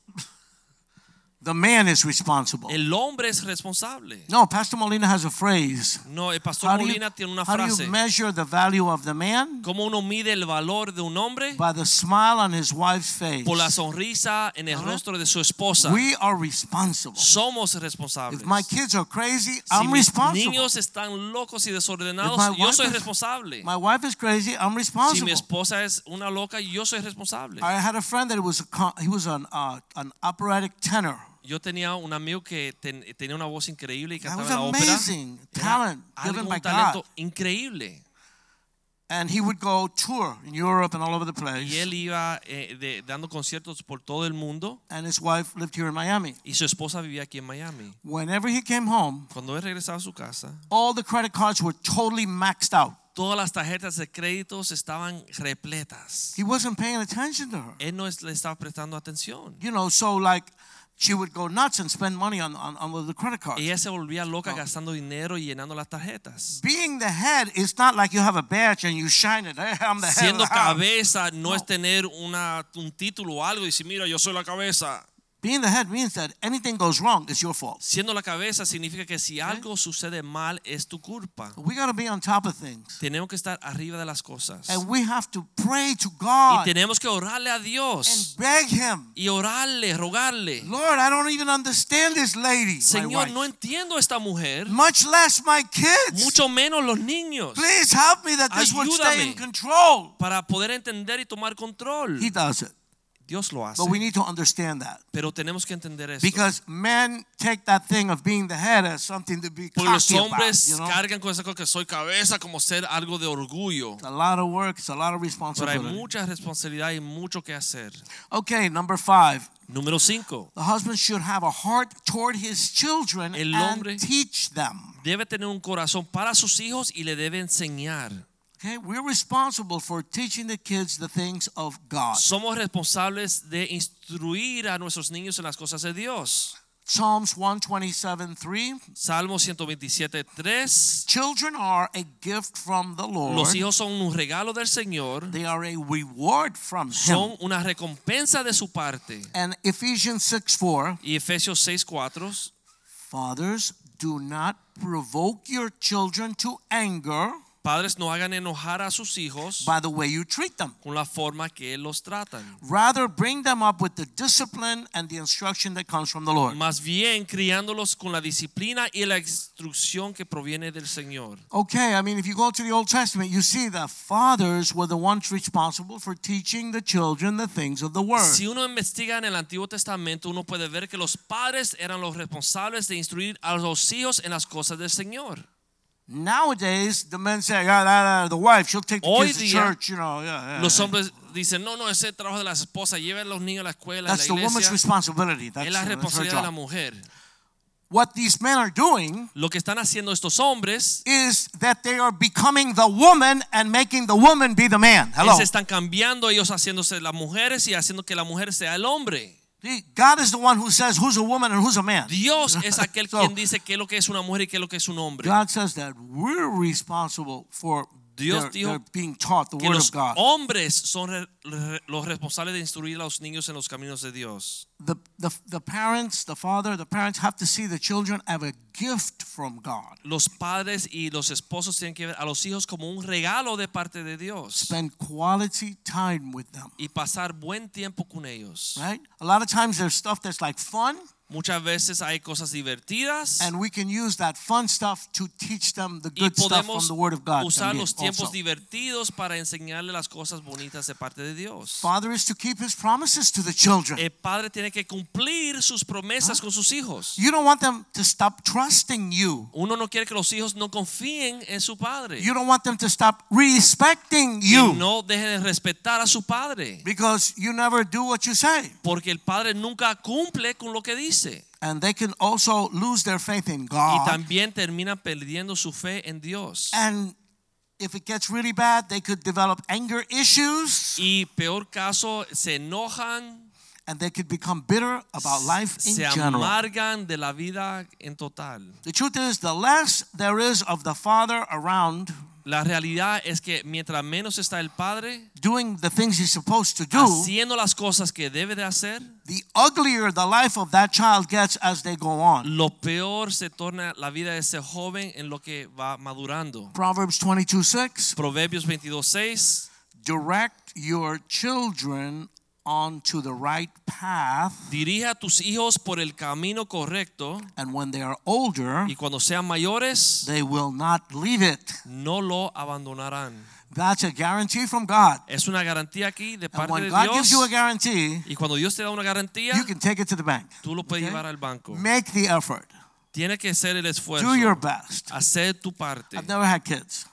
[SPEAKER 1] The man is responsible.
[SPEAKER 2] El hombre es responsable.
[SPEAKER 1] No, Pastor Molina has a phrase.
[SPEAKER 2] No, el
[SPEAKER 1] How
[SPEAKER 2] pastor
[SPEAKER 1] do you-
[SPEAKER 2] Molina tiene una
[SPEAKER 1] how do
[SPEAKER 2] frase.
[SPEAKER 1] you measure the value of the man?
[SPEAKER 2] ¿Cómo uno mide el valor de un hombre?
[SPEAKER 1] By the smile on his wife's face.
[SPEAKER 2] Por la sonrisa en el
[SPEAKER 1] Ajá.
[SPEAKER 2] rostro de su esposa.
[SPEAKER 1] We are responsible.
[SPEAKER 2] Somos responsables.
[SPEAKER 1] If my kids are crazy,
[SPEAKER 2] si
[SPEAKER 1] I'm
[SPEAKER 2] mis
[SPEAKER 1] responsible.
[SPEAKER 2] niños están locos y desordenados,
[SPEAKER 1] If my
[SPEAKER 2] yo
[SPEAKER 1] wife
[SPEAKER 2] soy
[SPEAKER 1] is-
[SPEAKER 2] responsable.
[SPEAKER 1] My wife is crazy. I'm
[SPEAKER 2] Si
[SPEAKER 1] responsible.
[SPEAKER 2] mi esposa es una loca, yo soy responsable.
[SPEAKER 1] I had a friend that was a con- he was an uh, an operatic tenor.
[SPEAKER 2] Yo tenía un amigo que ten- tenía una voz increíble y
[SPEAKER 1] That
[SPEAKER 2] cantaba
[SPEAKER 1] was
[SPEAKER 2] en la ópera.
[SPEAKER 1] amazing
[SPEAKER 2] Era
[SPEAKER 1] talent
[SPEAKER 2] algo,
[SPEAKER 1] given by
[SPEAKER 2] un talento
[SPEAKER 1] God.
[SPEAKER 2] increíble.
[SPEAKER 1] And he would go tour in Europe and all over the place.
[SPEAKER 2] Y él iba eh, de- dando conciertos por todo el mundo
[SPEAKER 1] And his wife lived here in Miami.
[SPEAKER 2] y su esposa vivía aquí en Miami.
[SPEAKER 1] Whenever he came home,
[SPEAKER 2] Cuando él regresaba a su casa,
[SPEAKER 1] all the credit cards were totally maxed out.
[SPEAKER 2] todas las tarjetas de créditos estaban repletas.
[SPEAKER 1] He wasn't paying attention to her.
[SPEAKER 2] Él no es- le estaba prestando atención.
[SPEAKER 1] You know, so like she would go nuts and spend money on on, on the credit cards.
[SPEAKER 2] Ella se volvía loca
[SPEAKER 1] Oh.
[SPEAKER 2] gastando dinero y llenando las tarjetas.
[SPEAKER 1] Being the head is not like you have a badge and you shine it. [laughs] Hey, I'm the head. Of
[SPEAKER 2] Siendo
[SPEAKER 1] the house.
[SPEAKER 2] cabeza no
[SPEAKER 1] No.
[SPEAKER 2] es tener una, un título o algo y decir, mira, yo soy la cabeza.
[SPEAKER 1] Being the head means that anything goes wrong, it's your fault.
[SPEAKER 2] Siendo la cabeza significa que si algo sucede mal es tu culpa.
[SPEAKER 1] We got to be on top of things.
[SPEAKER 2] Tenemos que estar arriba de las cosas.
[SPEAKER 1] And we have to pray to
[SPEAKER 2] Y
[SPEAKER 1] God
[SPEAKER 2] tenemos que orarle a
[SPEAKER 1] and
[SPEAKER 2] Dios.
[SPEAKER 1] beg Him.
[SPEAKER 2] Y orarle, rogarle.
[SPEAKER 1] Lord, I don't even understand this lady. my
[SPEAKER 2] Señor,
[SPEAKER 1] wife,
[SPEAKER 2] no entiendo a esta mujer.
[SPEAKER 1] much less my kids.
[SPEAKER 2] Mucho menos los niños.
[SPEAKER 1] Please help me that this would stay in
[SPEAKER 2] Ayúdame. Mm.
[SPEAKER 1] control.
[SPEAKER 2] Para poder entender y tomar control.
[SPEAKER 1] He does it.
[SPEAKER 2] Dios lo hace.
[SPEAKER 1] But we need to understand that.
[SPEAKER 2] Pero tenemos que entender eso.
[SPEAKER 1] Because men take that thing of being the head as something to be
[SPEAKER 2] Porque los
[SPEAKER 1] cocky about,
[SPEAKER 2] hombres
[SPEAKER 1] you know?
[SPEAKER 2] cargan con esa cosa que soy cabeza como ser algo de orgullo.
[SPEAKER 1] It's a lot of work, it's a lot of
[SPEAKER 2] Pero hay
[SPEAKER 1] responsibility.
[SPEAKER 2] mucha responsabilidad y mucho que hacer.
[SPEAKER 1] Okay, number five.
[SPEAKER 2] Número 5.
[SPEAKER 1] The husband should have a heart toward his children
[SPEAKER 2] El hombre-
[SPEAKER 1] and teach them.
[SPEAKER 2] Debe tener un corazón para sus hijos y le debe enseñar.
[SPEAKER 1] Okay, we're responsible for teaching the kids the things of God.
[SPEAKER 2] Somos responsables de instruir a nuestros niños en las cosas de Dios.
[SPEAKER 1] Psalms 127 3
[SPEAKER 2] Salmo 127, 3.
[SPEAKER 1] Children are a gift from the Lord,
[SPEAKER 2] Los hijos son un regalo del Señor,
[SPEAKER 1] they are a reward from Him.
[SPEAKER 2] son una recompensa de su parte.
[SPEAKER 1] And Ephesians 6 4
[SPEAKER 2] Y Efesios 6, 4.
[SPEAKER 1] Fathers, do not provoke your children to anger
[SPEAKER 2] Padres no hagan enojar a sus hijos
[SPEAKER 1] by the way you treat them.
[SPEAKER 2] con la forma que los tratan.
[SPEAKER 1] Rather, bring them up with the discipline and the instruction that comes from the Lord.
[SPEAKER 2] Más bien criándolos con la disciplina y la instrucción que proviene del Señor.
[SPEAKER 1] Okay, I mean, if you go to the Old Testament, you see that fathers were the ones responsible for teaching the children the things of the Word.
[SPEAKER 2] Si uno investiga en el Antiguo Testamento, uno puede ver que los padres eran los responsables de instruir a los hijos en las cosas del Señor.
[SPEAKER 1] Nowadays, the men say, yeah, that, uh, the wife, she'll take the
[SPEAKER 2] Hoy
[SPEAKER 1] kids to
[SPEAKER 2] día,
[SPEAKER 1] church, you know. Yeah, yeah,
[SPEAKER 2] Los
[SPEAKER 1] yeah.
[SPEAKER 2] hombres dicen, no, no, ese es el trabajo de las esposas, lleven a los niños a la escuela, a la
[SPEAKER 1] That's the woman's
[SPEAKER 2] iglesia.
[SPEAKER 1] responsibility. That's,
[SPEAKER 2] Es la
[SPEAKER 1] uh, that's her
[SPEAKER 2] responsabilidad de la
[SPEAKER 1] job.
[SPEAKER 2] mujer.
[SPEAKER 1] What these men are doing
[SPEAKER 2] Lo que están haciendo estos hombres
[SPEAKER 1] is that they are becoming the woman and making the woman be the man.
[SPEAKER 2] es
[SPEAKER 1] Hello.
[SPEAKER 2] están cambiando ellos haciéndose las mujeres y haciendo que la mujer sea el hombre.
[SPEAKER 1] See, God is the one who says who's a woman and who's a man.
[SPEAKER 2] Dios
[SPEAKER 1] [laughs]
[SPEAKER 2] es aquel
[SPEAKER 1] So,
[SPEAKER 2] quien dice qué es lo que es una mujer y qué es lo que es un hombre.
[SPEAKER 1] God says that we're responsible for
[SPEAKER 2] Dios
[SPEAKER 1] their,
[SPEAKER 2] dijo
[SPEAKER 1] their being taught the
[SPEAKER 2] que
[SPEAKER 1] word
[SPEAKER 2] los
[SPEAKER 1] of God.
[SPEAKER 2] hombres son re- re- los responsables de instruir a los niños en los caminos de Dios.
[SPEAKER 1] the, the, the parents, the father, the parents have to see the children have a gift from God.
[SPEAKER 2] los padres y los esposos tienen que ver a los hijos como un regalo de parte de Dios
[SPEAKER 1] Spend quality time with them,
[SPEAKER 2] y pasar buen tiempo con ellos.
[SPEAKER 1] right? A lot of times there's stuff that's like fun,
[SPEAKER 2] Muchas veces hay cosas divertidas
[SPEAKER 1] and we can use that fun stuff to teach them the
[SPEAKER 2] y
[SPEAKER 1] good stuff from
[SPEAKER 2] podemos
[SPEAKER 1] the word of God.
[SPEAKER 2] usar
[SPEAKER 1] también
[SPEAKER 2] los tiempos
[SPEAKER 1] also.
[SPEAKER 2] divertidos para enseñarle las cosas bonitas de parte de Dios.
[SPEAKER 1] Father is to keep his promises to the children.
[SPEAKER 2] El padre tiene que cumplir sus
[SPEAKER 1] Ah.
[SPEAKER 2] promesas con sus hijos.
[SPEAKER 1] You don't want them to stop trusting you.
[SPEAKER 2] Uno no quiere que los hijos no confíen en su padre
[SPEAKER 1] You don't want them to stop respecting
[SPEAKER 2] y
[SPEAKER 1] you
[SPEAKER 2] no dejen de respetar a su padre
[SPEAKER 1] because you never do what you say.
[SPEAKER 2] porque el padre nunca cumple con lo que dice.
[SPEAKER 1] and they can also lose their faith in
[SPEAKER 2] y
[SPEAKER 1] God.
[SPEAKER 2] también terminan perdiendo su fe en Dios.
[SPEAKER 1] And if it gets really bad, they could develop anger issues
[SPEAKER 2] Y peor caso, se enojan,
[SPEAKER 1] and they could become bitter about life in
[SPEAKER 2] se
[SPEAKER 1] general.
[SPEAKER 2] amargan de la vida en total.
[SPEAKER 1] The truth is, the less there is of the Father around
[SPEAKER 2] La realidad es que mientras menos está el Padre
[SPEAKER 1] doing the things he's supposed to do,
[SPEAKER 2] haciendo las cosas que debe de hacer,
[SPEAKER 1] the uglier the life of that child gets as they go on.
[SPEAKER 2] lo peor se torna la vida de ese joven en lo que va madurando.
[SPEAKER 1] Proverbs 22 6.
[SPEAKER 2] Proverbios 22:6
[SPEAKER 1] Direct your children onto the right path,
[SPEAKER 2] Dirija a tus hijos por el camino correcto
[SPEAKER 1] and when they are older,
[SPEAKER 2] y cuando sean mayores
[SPEAKER 1] they will not leave it.
[SPEAKER 2] no lo abandonarán.
[SPEAKER 1] That's a guarantee from God.
[SPEAKER 2] Es una garantía aquí de
[SPEAKER 1] And
[SPEAKER 2] parte
[SPEAKER 1] when
[SPEAKER 2] de
[SPEAKER 1] God gives you a
[SPEAKER 2] Dios.
[SPEAKER 1] guarantee,
[SPEAKER 2] Y cuando Dios te da una garantía,
[SPEAKER 1] you can take it to the bank.
[SPEAKER 2] tú lo puedes
[SPEAKER 1] okay?
[SPEAKER 2] llevar al banco.
[SPEAKER 1] Make the effort.
[SPEAKER 2] Tiene que ser el esfuerzo.
[SPEAKER 1] Do your best.
[SPEAKER 2] Hacer tu parte.
[SPEAKER 1] I've never had kids.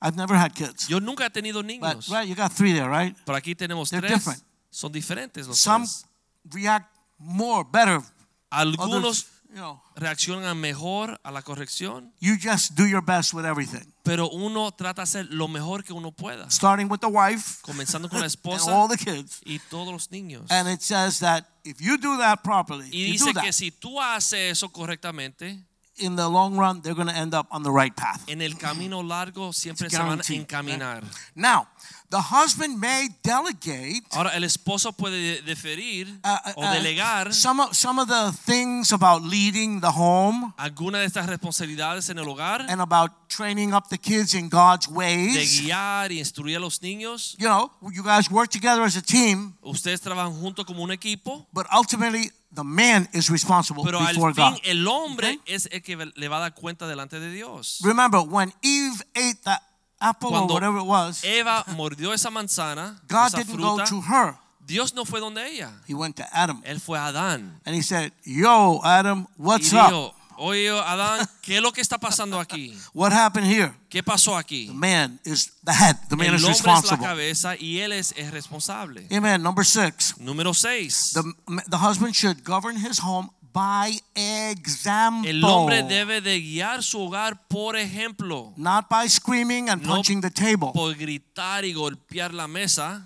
[SPEAKER 1] I've never had kids.
[SPEAKER 2] Yo nunca he tenido
[SPEAKER 1] But
[SPEAKER 2] niños.
[SPEAKER 1] right, you got three there, right?
[SPEAKER 2] Pero aquí tenemos
[SPEAKER 1] They're
[SPEAKER 2] tres.
[SPEAKER 1] different.
[SPEAKER 2] Son diferentes los
[SPEAKER 1] Some
[SPEAKER 2] tres.
[SPEAKER 1] react more, better. Others,
[SPEAKER 2] Algunos
[SPEAKER 1] you know,
[SPEAKER 2] reaccionan mejor a la corrección,
[SPEAKER 1] you just do your best with everything.
[SPEAKER 2] pero uno trata de hacer lo mejor que uno pueda.
[SPEAKER 1] Starting with the wife
[SPEAKER 2] Comenzando con
[SPEAKER 1] [laughs]
[SPEAKER 2] la
[SPEAKER 1] and
[SPEAKER 2] esposa
[SPEAKER 1] all the kids.
[SPEAKER 2] y todos los niños.
[SPEAKER 1] And it says that if you do that properly,
[SPEAKER 2] Y
[SPEAKER 1] you do
[SPEAKER 2] dice que
[SPEAKER 1] that,
[SPEAKER 2] si tú haces eso correctamente,
[SPEAKER 1] in the long run, they're going to end up on the right path.
[SPEAKER 2] en el camino largo
[SPEAKER 1] Mm.
[SPEAKER 2] siempre
[SPEAKER 1] It's
[SPEAKER 2] se van a
[SPEAKER 1] guaranteed,
[SPEAKER 2] encaminar.
[SPEAKER 1] Now, the husband may delegate
[SPEAKER 2] Ahora, el esposo puede de- deferir
[SPEAKER 1] uh, uh,
[SPEAKER 2] o delegar
[SPEAKER 1] some of, some of the things about leading the home
[SPEAKER 2] alguna de estas responsabilidades en el hogar,
[SPEAKER 1] and about training up the kids in God's
[SPEAKER 2] de
[SPEAKER 1] ways.
[SPEAKER 2] guiar y instruir a los niños.
[SPEAKER 1] You know, you guys work together as a team,
[SPEAKER 2] Ustedes trabajan juntos como un equipo,
[SPEAKER 1] but ultimately the man is responsible
[SPEAKER 2] pero al
[SPEAKER 1] before
[SPEAKER 2] fin
[SPEAKER 1] God.
[SPEAKER 2] el hombre
[SPEAKER 1] Okay?
[SPEAKER 2] es el que le va a dar cuenta delante de Dios.
[SPEAKER 1] Remember when Eve ate that apple
[SPEAKER 2] Cuando
[SPEAKER 1] or whatever it was,
[SPEAKER 2] Eva mordió esa manzana,
[SPEAKER 1] God
[SPEAKER 2] esa
[SPEAKER 1] didn't go
[SPEAKER 2] fruta. eh,
[SPEAKER 1] to her.
[SPEAKER 2] Dios no fue donde ella,
[SPEAKER 1] He went to Adam
[SPEAKER 2] él fue a Adán.
[SPEAKER 1] and he said, "Yo, Adam,
[SPEAKER 2] Y
[SPEAKER 1] what's up?
[SPEAKER 2] dijo, oye Adán, ¿qué es lo que está pasando aquí?
[SPEAKER 1] What happened here?
[SPEAKER 2] ¿Qué pasó
[SPEAKER 1] The
[SPEAKER 2] aquí?
[SPEAKER 1] man is the head. The man
[SPEAKER 2] El
[SPEAKER 1] is
[SPEAKER 2] hombre es la
[SPEAKER 1] responsible."
[SPEAKER 2] cabeza y él es el responsable.
[SPEAKER 1] Amen. Number six.
[SPEAKER 2] Número 6.
[SPEAKER 1] The, the husband should govern his home by example.
[SPEAKER 2] El hombre debe de guiar su hogar, por ejemplo,
[SPEAKER 1] Not by screaming and
[SPEAKER 2] No.
[SPEAKER 1] punching the table.
[SPEAKER 2] por gritar y golpear la mesa.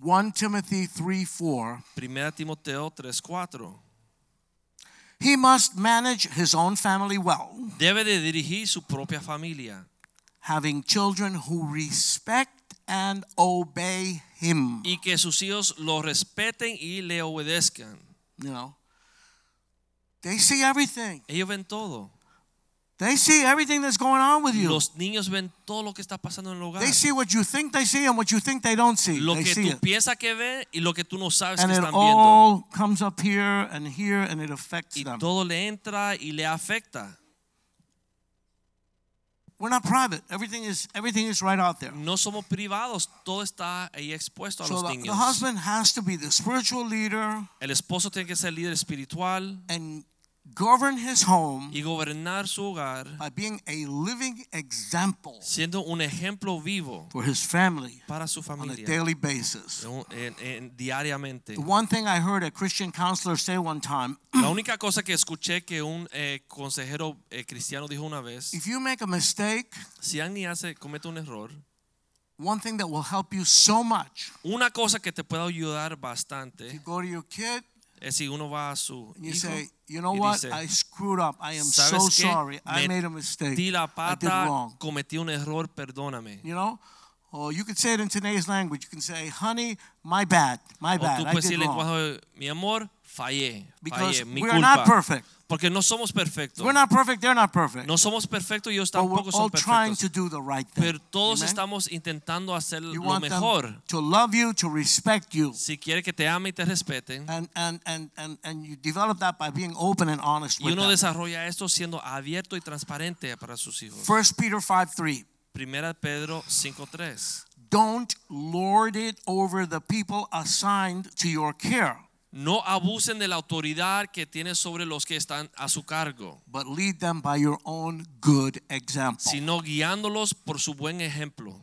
[SPEAKER 1] 1 Timothy 3 4.
[SPEAKER 2] 1 Timoteo 3:4.
[SPEAKER 1] He must manage his own family well,
[SPEAKER 2] Debe de dirigir su propia familia
[SPEAKER 1] having children who respect and obey him.
[SPEAKER 2] y que sus hijos lo respeten y le obedezcan.
[SPEAKER 1] You know, they see everything.
[SPEAKER 2] Ellos ven todo.
[SPEAKER 1] They see everything that's going on with you.
[SPEAKER 2] Los niños ven todo lo que está pasando en el hogar.
[SPEAKER 1] they see what you think they see and what you think they don't see.
[SPEAKER 2] Lo
[SPEAKER 1] they
[SPEAKER 2] que
[SPEAKER 1] see
[SPEAKER 2] tú
[SPEAKER 1] it.
[SPEAKER 2] piensas que ven y lo que tú no sabes
[SPEAKER 1] And
[SPEAKER 2] que
[SPEAKER 1] it
[SPEAKER 2] están viendo.
[SPEAKER 1] all comes up here and here and it affects
[SPEAKER 2] Y
[SPEAKER 1] them.
[SPEAKER 2] todo le entra y le afecta.
[SPEAKER 1] We're not private. Everything is everything is right out there.
[SPEAKER 2] No somos privados, todo está ahí expuesto a
[SPEAKER 1] So
[SPEAKER 2] los
[SPEAKER 1] the, the
[SPEAKER 2] niños.
[SPEAKER 1] husband has to be the spiritual leader
[SPEAKER 2] El esposo tiene que ser líder espiritual
[SPEAKER 1] and govern his home
[SPEAKER 2] y gobernar su hogar
[SPEAKER 1] by being a living example
[SPEAKER 2] siendo un ejemplo vivo
[SPEAKER 1] for his family
[SPEAKER 2] para su
[SPEAKER 1] on a
[SPEAKER 2] familia
[SPEAKER 1] daily basis.
[SPEAKER 2] en- en- en- diariamente.
[SPEAKER 1] The one thing I heard a Christian counselor say one time, [clears throat]
[SPEAKER 2] La única cosa que escuché que un eh, consejero eh, cristiano dijo una vez,
[SPEAKER 1] if you make a mistake,
[SPEAKER 2] si alguien hace, comete un error,
[SPEAKER 1] one thing that will help you so much,
[SPEAKER 2] una cosa que te puede ayudar
[SPEAKER 1] you
[SPEAKER 2] bastante
[SPEAKER 1] go to your kid
[SPEAKER 2] es si uno va a su
[SPEAKER 1] and you
[SPEAKER 2] hijo
[SPEAKER 1] say, you know
[SPEAKER 2] y
[SPEAKER 1] what?
[SPEAKER 2] dice,
[SPEAKER 1] I screwed up. I am so
[SPEAKER 2] "¿Sabes qué?
[SPEAKER 1] sorry. I
[SPEAKER 2] Me-
[SPEAKER 1] made a mistake.
[SPEAKER 2] di la
[SPEAKER 1] I did
[SPEAKER 2] pata,
[SPEAKER 1] wrong.
[SPEAKER 2] cometí un error, perdóname.
[SPEAKER 1] You know? Or you could say it in today's language. You can say, honey, my bad. My
[SPEAKER 2] O tú
[SPEAKER 1] bad. I
[SPEAKER 2] puedes
[SPEAKER 1] did
[SPEAKER 2] decirle,
[SPEAKER 1] wrong.
[SPEAKER 2] "Cuajo, mi amor, fallé,
[SPEAKER 1] Because
[SPEAKER 2] fallé, mi
[SPEAKER 1] we are not
[SPEAKER 2] culpa.
[SPEAKER 1] perfect.
[SPEAKER 2] Porque no somos perfectos.
[SPEAKER 1] We're not perfect. They're not perfect.
[SPEAKER 2] No somos perfectos, ellos
[SPEAKER 1] but we're
[SPEAKER 2] tampoco
[SPEAKER 1] all
[SPEAKER 2] son
[SPEAKER 1] trying to
[SPEAKER 2] perfectos.
[SPEAKER 1] do the right thing.
[SPEAKER 2] Pero todos
[SPEAKER 1] Amen?
[SPEAKER 2] estamos intentando hacer
[SPEAKER 1] you
[SPEAKER 2] lo
[SPEAKER 1] want them
[SPEAKER 2] mejor.
[SPEAKER 1] to love you, to respect you.
[SPEAKER 2] Si quiere que te ame y te respeten.
[SPEAKER 1] And, and, and, and, and you develop that by being open and honest
[SPEAKER 2] Y
[SPEAKER 1] with
[SPEAKER 2] uno
[SPEAKER 1] them.
[SPEAKER 2] desarrolla esto siendo abierto y transparente para sus hijos.
[SPEAKER 1] 1 Peter 5 3.
[SPEAKER 2] Primera Pedro 5.3.
[SPEAKER 1] Don't lord it over the people assigned to your care,
[SPEAKER 2] No abusen de la autoridad que tienen sobre los que están a su cargo,
[SPEAKER 1] but lead them by your own good example.
[SPEAKER 2] sino guiándolos por su buen ejemplo.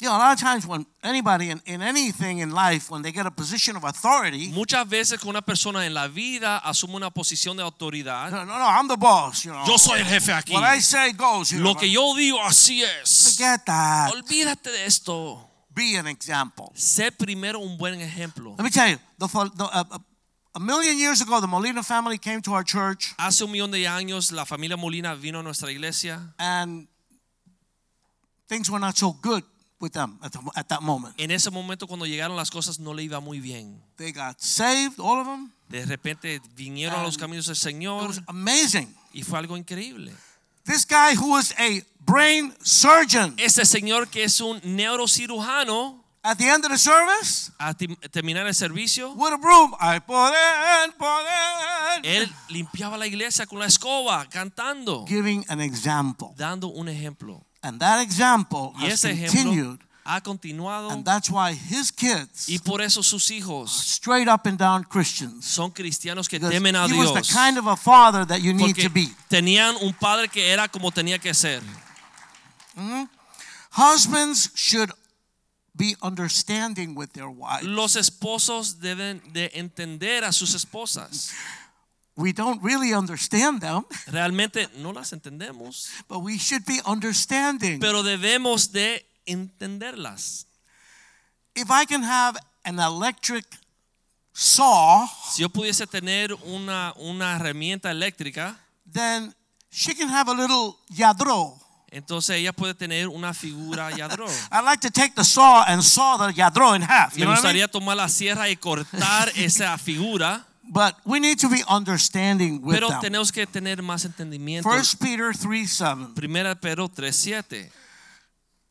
[SPEAKER 1] You know, a lot of times when anybody in, in anything in life, when they get a position of authority,
[SPEAKER 2] Muchas veces que una persona en la vida asume una posición de autoridad,
[SPEAKER 1] no, no, no, I'm the boss, you know.
[SPEAKER 2] yo soy el jefe aquí.
[SPEAKER 1] What I say goes, you
[SPEAKER 2] Lo
[SPEAKER 1] know.
[SPEAKER 2] que yo digo así es.
[SPEAKER 1] Forget that.
[SPEAKER 2] Olvídate de esto.
[SPEAKER 1] Be an example.
[SPEAKER 2] Sé primero un buen ejemplo.
[SPEAKER 1] Let me tell you, the, fo- the, uh, uh, a million years ago, the Molina family came to our church,
[SPEAKER 2] Hace un millón de años la familia Molina vino a nuestra iglesia.
[SPEAKER 1] and things were not so good with them at, the, at that moment.
[SPEAKER 2] En ese momento cuando llegaron las cosas no le iba muy bien.
[SPEAKER 1] They got saved, all of them.
[SPEAKER 2] De repente vinieron a
[SPEAKER 1] Ah.
[SPEAKER 2] los caminos del
[SPEAKER 1] It
[SPEAKER 2] Señor
[SPEAKER 1] was amazing.
[SPEAKER 2] y fue algo increíble.
[SPEAKER 1] This guy who was a brain surgeon
[SPEAKER 2] Este señor que es un neurocirujano,
[SPEAKER 1] at the end of the service
[SPEAKER 2] a ti- terminar el servicio,
[SPEAKER 1] with a broom, I put in, put in,
[SPEAKER 2] él limpiaba la iglesia con la escoba, cantando,
[SPEAKER 1] giving an example.
[SPEAKER 2] dando un ejemplo.
[SPEAKER 1] And that example
[SPEAKER 2] Y
[SPEAKER 1] has
[SPEAKER 2] ese ejemplo
[SPEAKER 1] continued,
[SPEAKER 2] ha continuado
[SPEAKER 1] and that's why his kids
[SPEAKER 2] y por eso sus hijos
[SPEAKER 1] straight up and down Christians.
[SPEAKER 2] son cristianos que
[SPEAKER 1] Because
[SPEAKER 2] temen a
[SPEAKER 1] he was the
[SPEAKER 2] Dios.
[SPEAKER 1] kind of a father that you need
[SPEAKER 2] Porque
[SPEAKER 1] to be.
[SPEAKER 2] tenían un padre que era como tenía que ser.
[SPEAKER 1] Husbands should be understanding with their wives.
[SPEAKER 2] Los esposos deben de entender a sus esposas.
[SPEAKER 1] We don't really understand them,
[SPEAKER 2] Realmente no las entendemos,
[SPEAKER 1] but we should be understanding.
[SPEAKER 2] pero debemos de entenderlas.
[SPEAKER 1] If I can have an electric saw,
[SPEAKER 2] Si yo pudiese tener una, una herramienta eléctrica,
[SPEAKER 1] then she can have a little yadro.
[SPEAKER 2] entonces ella puede tener una figura yadro.
[SPEAKER 1] [laughs] I'd like to take the saw and saw the yadro in half. You
[SPEAKER 2] Me
[SPEAKER 1] know what I mean?
[SPEAKER 2] gustaría tomar la sierra y cortar esa figura,
[SPEAKER 1] But we need to be understanding with
[SPEAKER 2] pero
[SPEAKER 1] them.
[SPEAKER 2] tenemos que tener más entendimiento.
[SPEAKER 1] First Peter 3 7.
[SPEAKER 2] Primera Pedro 3.7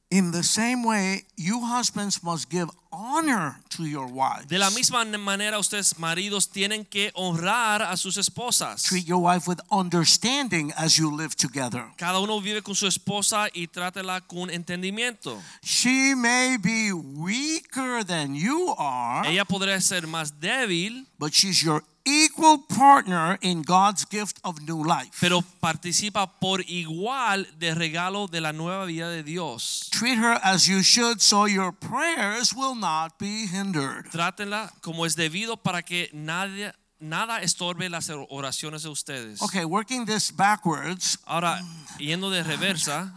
[SPEAKER 1] In the same way, you husbands must give honor to your wives.
[SPEAKER 2] De la misma manera, ustedes maridos tienen que honrar a sus esposas.
[SPEAKER 1] Treat your wife with understanding as you live together.
[SPEAKER 2] Cada uno vive con su esposa y trátela con entendimiento.
[SPEAKER 1] She may be weaker than you are,
[SPEAKER 2] Ella podría ser más débil,
[SPEAKER 1] but she's your equal partner in God's gift of new life.
[SPEAKER 2] pero participa por igual del regalo de la nueva vida de Dios.
[SPEAKER 1] Treat her as you should, so your prayers will not be hindered.
[SPEAKER 2] Trátenla como es debido para que nadie, nada estorbe las oraciones de ustedes.
[SPEAKER 1] Okay, working this backwards,
[SPEAKER 2] Ahora, yendo de reversa,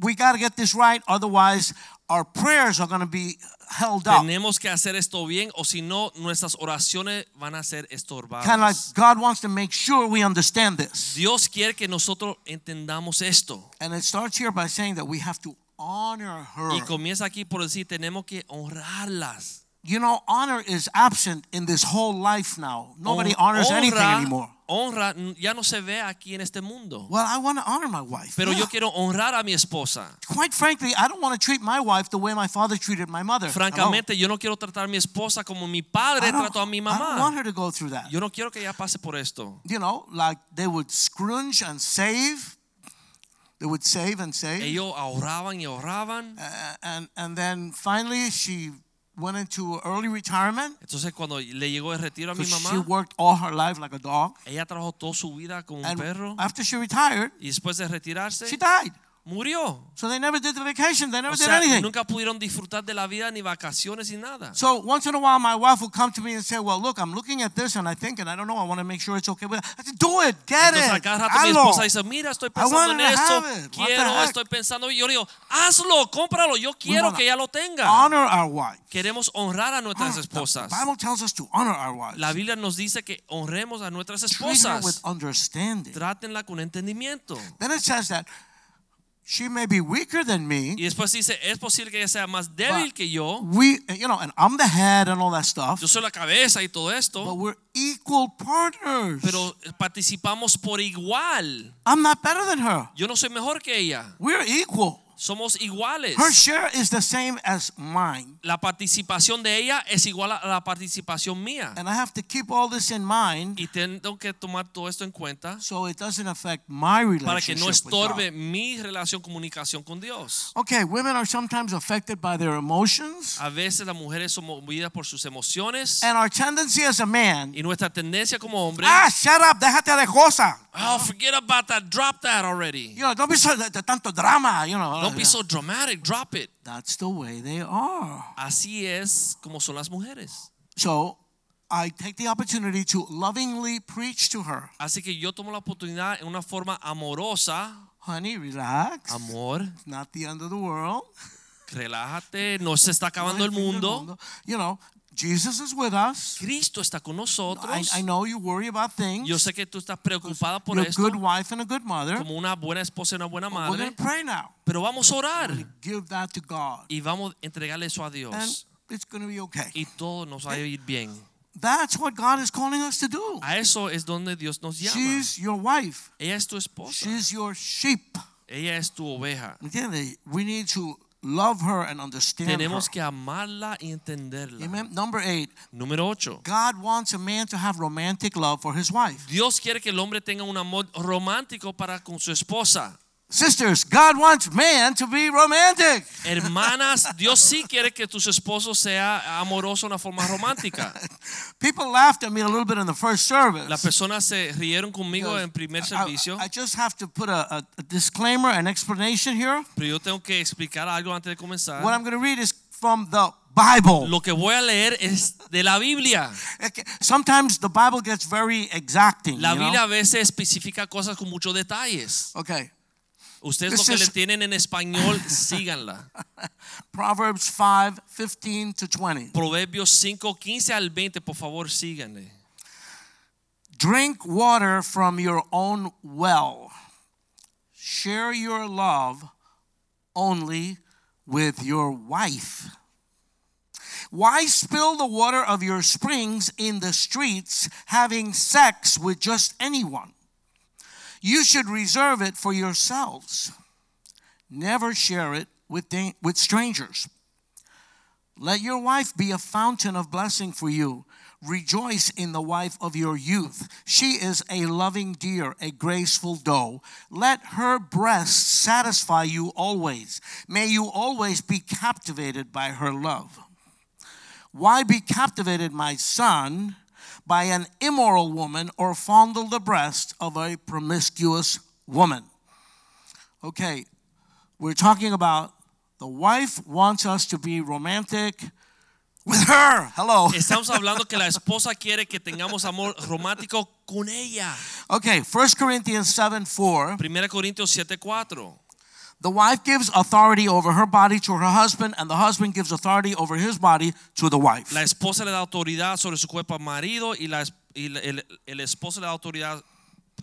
[SPEAKER 1] we got to get this right, otherwise, our prayers are going to be held up.
[SPEAKER 2] tenemos que hacer esto bien o si no, nuestras oraciones van a ser estorbadas.
[SPEAKER 1] Kind of like God wants to make sure we understand this.
[SPEAKER 2] Dios quiere que nosotros entendamos esto.
[SPEAKER 1] And it starts here by saying that we have to honor
[SPEAKER 2] Y
[SPEAKER 1] her.
[SPEAKER 2] comienza aquí por decir, tenemos que honrarlas.
[SPEAKER 1] You know, honor is absent in this whole life now. Nobody
[SPEAKER 2] Hon-
[SPEAKER 1] honors anything anymore.
[SPEAKER 2] honra n- ya no se ve aquí en este mundo.
[SPEAKER 1] Well, I want to honor my wife.
[SPEAKER 2] Pero
[SPEAKER 1] Yeah.
[SPEAKER 2] yo quiero honrar a mi esposa.
[SPEAKER 1] Quite frankly, I don't want to treat my wife the way my father treated my mother.
[SPEAKER 2] Francamente, yo no quiero tratar a mi esposa como mi padre
[SPEAKER 1] Hello? I,
[SPEAKER 2] trató a
[SPEAKER 1] don't,
[SPEAKER 2] mi
[SPEAKER 1] I don't want
[SPEAKER 2] mamá.
[SPEAKER 1] her to go through that.
[SPEAKER 2] Yo no quiero que ella pase por esto.
[SPEAKER 1] You know, like they would scrunch and save. They would save and save.
[SPEAKER 2] Ellos ahorraban y ahorraban.
[SPEAKER 1] Uh, and, and then finally, she went into early retirement.
[SPEAKER 2] Entonces cuando le llegó el retiro a mi
[SPEAKER 1] Because she
[SPEAKER 2] mamá,
[SPEAKER 1] worked all her life like a dog.
[SPEAKER 2] ella trabajó toda su vida como un
[SPEAKER 1] And
[SPEAKER 2] perro
[SPEAKER 1] after she retired,
[SPEAKER 2] y después de
[SPEAKER 1] she
[SPEAKER 2] retirarse
[SPEAKER 1] died.
[SPEAKER 2] murió.
[SPEAKER 1] So they never did the vacation. They never
[SPEAKER 2] O
[SPEAKER 1] did
[SPEAKER 2] sea,
[SPEAKER 1] anything.
[SPEAKER 2] nunca pudieron disfrutar de la vida ni vacaciones ni nada.
[SPEAKER 1] So once in a while, my wife will come to me and say, "Well, look, I'm looking at this, and I think, and I don't know. I want to make sure it's okay with." It. I said, "Do it, get
[SPEAKER 2] Entonces a
[SPEAKER 1] it,
[SPEAKER 2] cada rato mi
[SPEAKER 1] hazlo."
[SPEAKER 2] esposa dice, mira, estoy
[SPEAKER 1] want
[SPEAKER 2] pensando en
[SPEAKER 1] her to
[SPEAKER 2] esto,
[SPEAKER 1] have it. What the
[SPEAKER 2] quiero,
[SPEAKER 1] heck?
[SPEAKER 2] estoy pensando, y yo le digo, hazlo, cómpralo, yo quiero
[SPEAKER 1] wanna
[SPEAKER 2] que ella lo tenga.
[SPEAKER 1] Honor our wife.
[SPEAKER 2] Queremos honrar a nuestras
[SPEAKER 1] The
[SPEAKER 2] esposas.
[SPEAKER 1] Bible tells us to honor our wives.
[SPEAKER 2] La Biblia nos dice que honremos a nuestras
[SPEAKER 1] Treat her with
[SPEAKER 2] esposas.
[SPEAKER 1] understanding.
[SPEAKER 2] Trátenla con entendimiento.
[SPEAKER 1] Then it says that she may be weaker than
[SPEAKER 2] Y
[SPEAKER 1] me.
[SPEAKER 2] después dice, es posible que ella sea más débil
[SPEAKER 1] But-
[SPEAKER 2] que yo.
[SPEAKER 1] We, you know, and I'm the head and all that stuff.
[SPEAKER 2] Yo soy la cabeza y todo
[SPEAKER 1] But
[SPEAKER 2] esto.
[SPEAKER 1] we're equal partners.
[SPEAKER 2] Pero participamos por igual.
[SPEAKER 1] I'm not better than her.
[SPEAKER 2] Yo no soy mejor que ella.
[SPEAKER 1] We're equal.
[SPEAKER 2] Somos iguales.
[SPEAKER 1] Her share is the same as mine.
[SPEAKER 2] La participación de ella es igual a la participación mía.
[SPEAKER 1] And I have to keep all this in mind
[SPEAKER 2] Y tengo que tomar todo esto en cuenta
[SPEAKER 1] so it doesn't affect my
[SPEAKER 2] para que
[SPEAKER 1] relationship with
[SPEAKER 2] no
[SPEAKER 1] God.
[SPEAKER 2] estorbe mi relación comunicación con Dios.
[SPEAKER 1] Okay, women are sometimes affected by their emotions.
[SPEAKER 2] A veces las mujeres son movidas por sus emociones
[SPEAKER 1] And our tendency as a man,
[SPEAKER 2] y nuestra tendencia como hombre,
[SPEAKER 1] ah, shut up, déjate de cosa.
[SPEAKER 2] oh, forget about that, drop that already.
[SPEAKER 1] You know, don't be so de, de tanto drama, you know.
[SPEAKER 2] No Don't be so dramatic. Drop it.
[SPEAKER 1] That's the way they are.
[SPEAKER 2] Así es como son las mujeres.
[SPEAKER 1] So I take the opportunity to lovingly preach to her.
[SPEAKER 2] Así que yo tomo la oportunidad en una forma amorosa.
[SPEAKER 1] Honey, relax.
[SPEAKER 2] Amor,
[SPEAKER 1] It's not the end of the world.
[SPEAKER 2] relájate. No se está acabando el
[SPEAKER 1] Not the end of the
[SPEAKER 2] mundo.
[SPEAKER 1] world. You know, Jesus is with us.
[SPEAKER 2] Cristo está con
[SPEAKER 1] I,
[SPEAKER 2] nosotros.
[SPEAKER 1] I know you worry about things.
[SPEAKER 2] Yo sé que tú estás preocupada por
[SPEAKER 1] You're a
[SPEAKER 2] esto.
[SPEAKER 1] good wife and a good mother.
[SPEAKER 2] Como una buena esposa y una buena
[SPEAKER 1] We're going
[SPEAKER 2] madre.
[SPEAKER 1] to pray now.
[SPEAKER 2] Pero vamos a orar.
[SPEAKER 1] Give that to God.
[SPEAKER 2] Y vamos a entregarle eso a
[SPEAKER 1] And
[SPEAKER 2] Dios.
[SPEAKER 1] it's going to be okay.
[SPEAKER 2] Y todo nos
[SPEAKER 1] Eh.
[SPEAKER 2] va a ir bien.
[SPEAKER 1] That's what God is calling us to do.
[SPEAKER 2] A eso es donde Dios nos llama.
[SPEAKER 1] She's your wife.
[SPEAKER 2] Ella es tu esposa.
[SPEAKER 1] She's your sheep.
[SPEAKER 2] Ella es tu oveja.
[SPEAKER 1] ¿Entiende? We need to love her and understand her.
[SPEAKER 2] Tenemos que amarla y entenderla.
[SPEAKER 1] Amen. Number eight,
[SPEAKER 2] Número 8.
[SPEAKER 1] God wants a man to have romantic love for his wife.
[SPEAKER 2] Dios quiere que el hombre tenga un amor romántico para con su esposa.
[SPEAKER 1] Sisters, God wants man to be romantic. [laughs]
[SPEAKER 2] Hermanas, Dios sí quiere que tus esposos sea amoroso de una forma romántica.
[SPEAKER 1] People laughed at me a little bit in the first service.
[SPEAKER 2] Las personas se rieron conmigo en primer
[SPEAKER 1] I-
[SPEAKER 2] servicio,
[SPEAKER 1] I, I just have to put a, a- a disclaimer, an explanation here.
[SPEAKER 2] pero yo tengo que explicar algo antes de comenzar.
[SPEAKER 1] What I'm going to read is from the Bible.
[SPEAKER 2] Lo que voy a leer es de la Biblia.
[SPEAKER 1] Okay, Sometimes the Bible gets very exacting.
[SPEAKER 2] La
[SPEAKER 1] you know?
[SPEAKER 2] Biblia a veces especifica cosas con muchos detalles.
[SPEAKER 1] Okay,
[SPEAKER 2] Ustedes
[SPEAKER 1] This
[SPEAKER 2] lo que le
[SPEAKER 1] is-
[SPEAKER 2] tienen en español, síganla.
[SPEAKER 1] Proverbs 5 15 to 20.
[SPEAKER 2] Proverbios 5, 15 al 20, por favor, síganle.
[SPEAKER 1] Drink water from your own well. Share your love only with your wife. Why spill the water of your springs in the streets, having sex with just anyone? You should reserve it for yourselves. Never share it with, da- with strangers. Let your wife be a fountain of blessing for you. Rejoice in the wife of your youth. She is a loving deer, a graceful doe. Let her breasts satisfy you always. May you always be captivated by her love. Why be captivated, my son, by an immoral woman or fondle the breast of a promiscuous woman? Okay, we're talking about the wife wants us to be romantic with her. Hello.
[SPEAKER 2] Estamos hablando que la esposa quiere que tengamos amor romántico con ella.
[SPEAKER 1] Okay, 1 Corinthians 7 4.
[SPEAKER 2] 1 Corintios 7:4.
[SPEAKER 1] The wife gives authority over her body to her husband, and the husband gives authority over his body to the wife.
[SPEAKER 2] La esposa le da autoridad sobre su cuerpo al marido y, la, es- y la- el, el esposo le da autoridad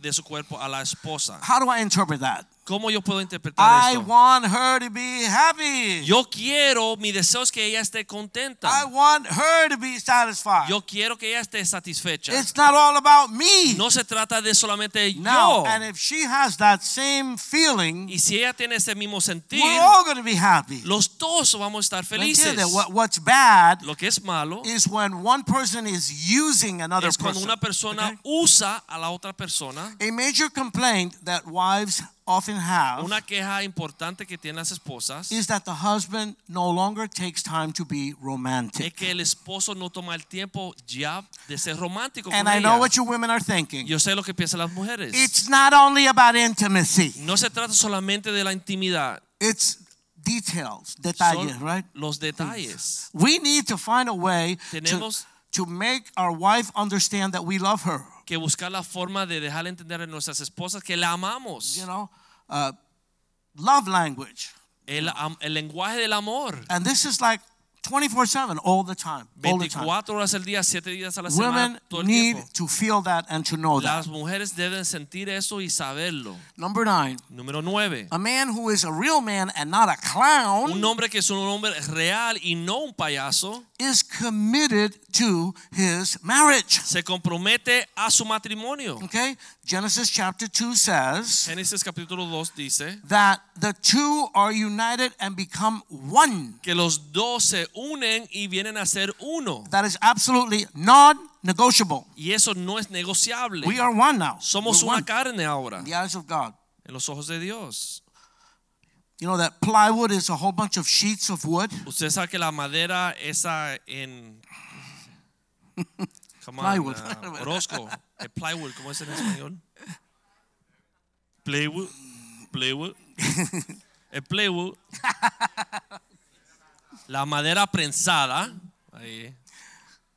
[SPEAKER 2] de su cuerpo a la esposa.
[SPEAKER 1] How do I interpret that?
[SPEAKER 2] ¿Cómo yo puedo interpretar
[SPEAKER 1] I
[SPEAKER 2] esto?
[SPEAKER 1] want her to be happy.
[SPEAKER 2] Yo quiero, mi deseo es que ella esté
[SPEAKER 1] I
[SPEAKER 2] contenta.
[SPEAKER 1] want her to be satisfied.
[SPEAKER 2] Yo quiero que ella esté satisfecha.
[SPEAKER 1] It's not all about me.
[SPEAKER 2] No se trata de solamente yo.
[SPEAKER 1] Now, and if she has that same feeling,
[SPEAKER 2] Y si ella tiene ese mismo sentir,
[SPEAKER 1] we're all going to be happy.
[SPEAKER 2] los dos vamos a estar felices.
[SPEAKER 1] Entiende? What- What's bad
[SPEAKER 2] Lo que es malo
[SPEAKER 1] is when one person is using another
[SPEAKER 2] es cuando
[SPEAKER 1] person.
[SPEAKER 2] una persona
[SPEAKER 1] Okay?
[SPEAKER 2] usa a la otra persona.
[SPEAKER 1] A major complaint that wives often have
[SPEAKER 2] Una queja importante que tienen las esposas
[SPEAKER 1] Ah. is that the husband no longer takes time to be
[SPEAKER 2] es
[SPEAKER 1] romantic.
[SPEAKER 2] que el esposo no toma el tiempo ya de ser romántico con
[SPEAKER 1] And I
[SPEAKER 2] ella.
[SPEAKER 1] know what you women are thinking.
[SPEAKER 2] Yo sé lo que piensan las mujeres.
[SPEAKER 1] It's not only about intimacy.
[SPEAKER 2] no se trata solamente de la intimidad,
[SPEAKER 1] It's details,
[SPEAKER 2] son
[SPEAKER 1] detalles, right?
[SPEAKER 2] los detalles.
[SPEAKER 1] We need to find a way to,
[SPEAKER 2] Tenemos-
[SPEAKER 1] to make our wife understand that we love her.
[SPEAKER 2] Que buscar la forma de dejar entender a nuestras esposas que la amamos.
[SPEAKER 1] You know, uh, love language.
[SPEAKER 2] el, am- el lenguaje del amor.
[SPEAKER 1] And this is like 24 7 all the time. All the time.
[SPEAKER 2] 24 horas al día, 7 días a la
[SPEAKER 1] Women
[SPEAKER 2] semana, todo el
[SPEAKER 1] need
[SPEAKER 2] tiempo.
[SPEAKER 1] to feel that and to know that.
[SPEAKER 2] Las mujeres deben sentir eso y saberlo.
[SPEAKER 1] Number nine,
[SPEAKER 2] Número 9.
[SPEAKER 1] a man who is a real man and not a clown
[SPEAKER 2] Un hombre que es un hombre real y no un payaso
[SPEAKER 1] is committed to his marriage.
[SPEAKER 2] se compromete a su matrimonio.
[SPEAKER 1] Okay? Genesis chapter 2 says
[SPEAKER 2] Génesis capítulo 2 dice
[SPEAKER 1] that the two are united and become one.
[SPEAKER 2] que los dos se unen y vienen a ser uno.
[SPEAKER 1] That is absolutely non negotiable.
[SPEAKER 2] Y eso no es negociable.
[SPEAKER 1] We are one now.
[SPEAKER 2] Somos
[SPEAKER 1] We're
[SPEAKER 2] una
[SPEAKER 1] one
[SPEAKER 2] carne ahora
[SPEAKER 1] in the eyes of God.
[SPEAKER 2] en los ojos de Dios.
[SPEAKER 1] You know that plywood is a whole bunch of sheets of wood.
[SPEAKER 2] Usted sabe que la madera esa en Come on,
[SPEAKER 1] Plywood.
[SPEAKER 2] ah, Orozco, el plywood, ¿cómo es en español? Playwood, playwood. el plywood, la madera prensada, ahí,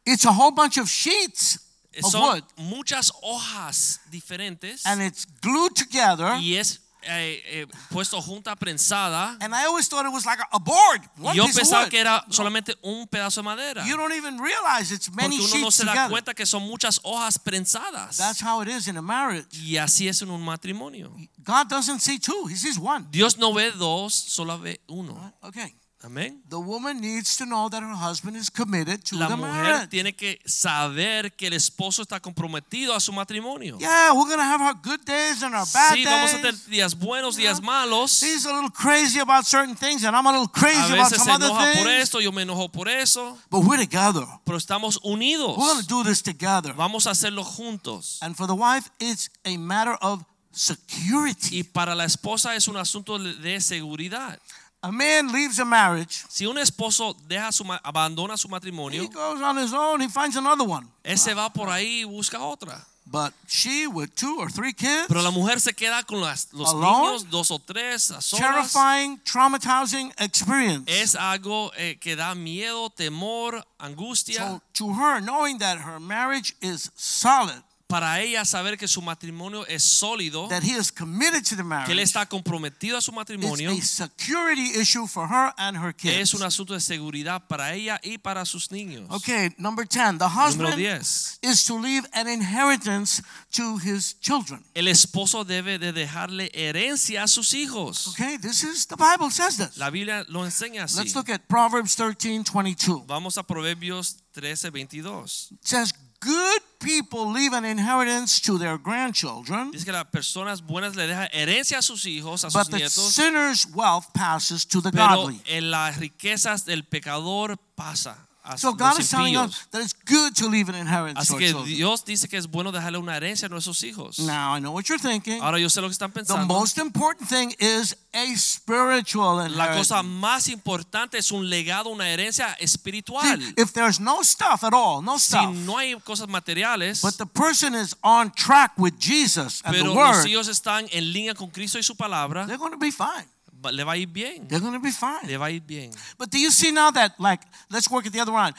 [SPEAKER 1] It's a whole bunch of sheets of wood,
[SPEAKER 2] son muchas hojas diferentes
[SPEAKER 1] and it's glued together.
[SPEAKER 2] y es eh, eh, puesto junta prensada.
[SPEAKER 1] And I always thought it was like a- a board,
[SPEAKER 2] Y
[SPEAKER 1] one
[SPEAKER 2] yo
[SPEAKER 1] piece of
[SPEAKER 2] pensaba
[SPEAKER 1] wood.
[SPEAKER 2] que era solamente un pedazo de madera.
[SPEAKER 1] You don't even realize it's many
[SPEAKER 2] Porque uno no
[SPEAKER 1] sheets
[SPEAKER 2] se da
[SPEAKER 1] together.
[SPEAKER 2] cuenta que son muchas hojas prensadas.
[SPEAKER 1] That's how it is in a marriage.
[SPEAKER 2] Y así es en un matrimonio.
[SPEAKER 1] God doesn't see two; He sees one.
[SPEAKER 2] Dios no ve dos, solo ve uno.
[SPEAKER 1] Okay.
[SPEAKER 2] Amén.
[SPEAKER 1] The woman needs to know that her husband is committed to
[SPEAKER 2] La
[SPEAKER 1] the
[SPEAKER 2] mujer
[SPEAKER 1] marriage.
[SPEAKER 2] tiene que saber que el esposo está comprometido a su matrimonio.
[SPEAKER 1] Yeah, we're gonna have our good days and our bad
[SPEAKER 2] Sí, vamos a
[SPEAKER 1] days.
[SPEAKER 2] tener días buenos, días malos.
[SPEAKER 1] He's a little crazy about certain things, and I'm a little
[SPEAKER 2] A
[SPEAKER 1] crazy about
[SPEAKER 2] veces
[SPEAKER 1] some
[SPEAKER 2] se
[SPEAKER 1] other
[SPEAKER 2] enoja por
[SPEAKER 1] things.
[SPEAKER 2] esto, yo me enojo por eso.
[SPEAKER 1] But we're together.
[SPEAKER 2] Pero estamos unidos.
[SPEAKER 1] We're gonna do this together.
[SPEAKER 2] Vamos a hacerlo juntos.
[SPEAKER 1] And for the wife, it's a matter of
[SPEAKER 2] Y
[SPEAKER 1] security.
[SPEAKER 2] para la esposa es un asunto de- de seguridad.
[SPEAKER 1] A man leaves a marriage,
[SPEAKER 2] Si un esposo deja su ma- abandona su
[SPEAKER 1] he
[SPEAKER 2] matrimonio,
[SPEAKER 1] goes on his own, he finds another one.
[SPEAKER 2] él se va por ahí y busca otra.
[SPEAKER 1] But she with two or three kids,
[SPEAKER 2] Pero la mujer se queda con las- los
[SPEAKER 1] Alone?
[SPEAKER 2] niños, dos o tres, a solas.
[SPEAKER 1] terrifying, traumatizing experience.
[SPEAKER 2] Es algo eh, que da miedo, temor, angustia.
[SPEAKER 1] So to her, knowing that her marriage is solid,
[SPEAKER 2] para ella saber que su matrimonio es sólido,
[SPEAKER 1] that he is committed to the
[SPEAKER 2] Oh. que él
[SPEAKER 1] marriage,
[SPEAKER 2] está comprometido a su
[SPEAKER 1] it's
[SPEAKER 2] matrimonio,
[SPEAKER 1] a security issue for her and her
[SPEAKER 2] es
[SPEAKER 1] kids.
[SPEAKER 2] un asunto de seguridad para ella y para sus niños.
[SPEAKER 1] Okay, number 10, the
[SPEAKER 2] Número
[SPEAKER 1] husband
[SPEAKER 2] 10.
[SPEAKER 1] is to leave an inheritance to his children.
[SPEAKER 2] El esposo debe de dejarle herencia a sus hijos.
[SPEAKER 1] Okay, this is the Bible says this.
[SPEAKER 2] La Biblia lo enseña así.
[SPEAKER 1] Let's look at Proverbs 13, 22.
[SPEAKER 2] Vamos a Proverbios 13, 22.
[SPEAKER 1] It says, Good people leave an inheritance to their grandchildren,
[SPEAKER 2] Dice que las personas buenas le dejan herencia a sus hijos, a sus
[SPEAKER 1] but the
[SPEAKER 2] nietos,
[SPEAKER 1] sinner's wealth passes to the
[SPEAKER 2] pero
[SPEAKER 1] godly.
[SPEAKER 2] en las riquezas del pecador pasa a
[SPEAKER 1] So God is
[SPEAKER 2] los
[SPEAKER 1] telling
[SPEAKER 2] impíos.
[SPEAKER 1] us that it's good to leave an inheritance to
[SPEAKER 2] Así
[SPEAKER 1] our
[SPEAKER 2] que
[SPEAKER 1] children.
[SPEAKER 2] Dios dice que es bueno dejarle una herencia a nuestros hijos.
[SPEAKER 1] Now, I know what you're thinking.
[SPEAKER 2] Ahora yo sé lo que están
[SPEAKER 1] The
[SPEAKER 2] pensando.
[SPEAKER 1] most important thing is a spiritual
[SPEAKER 2] La
[SPEAKER 1] inheritance.
[SPEAKER 2] cosa más importante es un legado, una herencia espiritual.
[SPEAKER 1] See, if there's no stuff at all, no
[SPEAKER 2] Si
[SPEAKER 1] stuff,
[SPEAKER 2] no hay cosas materiales,
[SPEAKER 1] but the person is on track with Jesus and
[SPEAKER 2] pero
[SPEAKER 1] the
[SPEAKER 2] los
[SPEAKER 1] Word,
[SPEAKER 2] hijos están en línea con Cristo y su palabra,
[SPEAKER 1] they're going to be fine.
[SPEAKER 2] va- le va a ir bien.
[SPEAKER 1] They're going to be fine.
[SPEAKER 2] Le va a ir bien.
[SPEAKER 1] But do you see now that, like, let's work at the other end.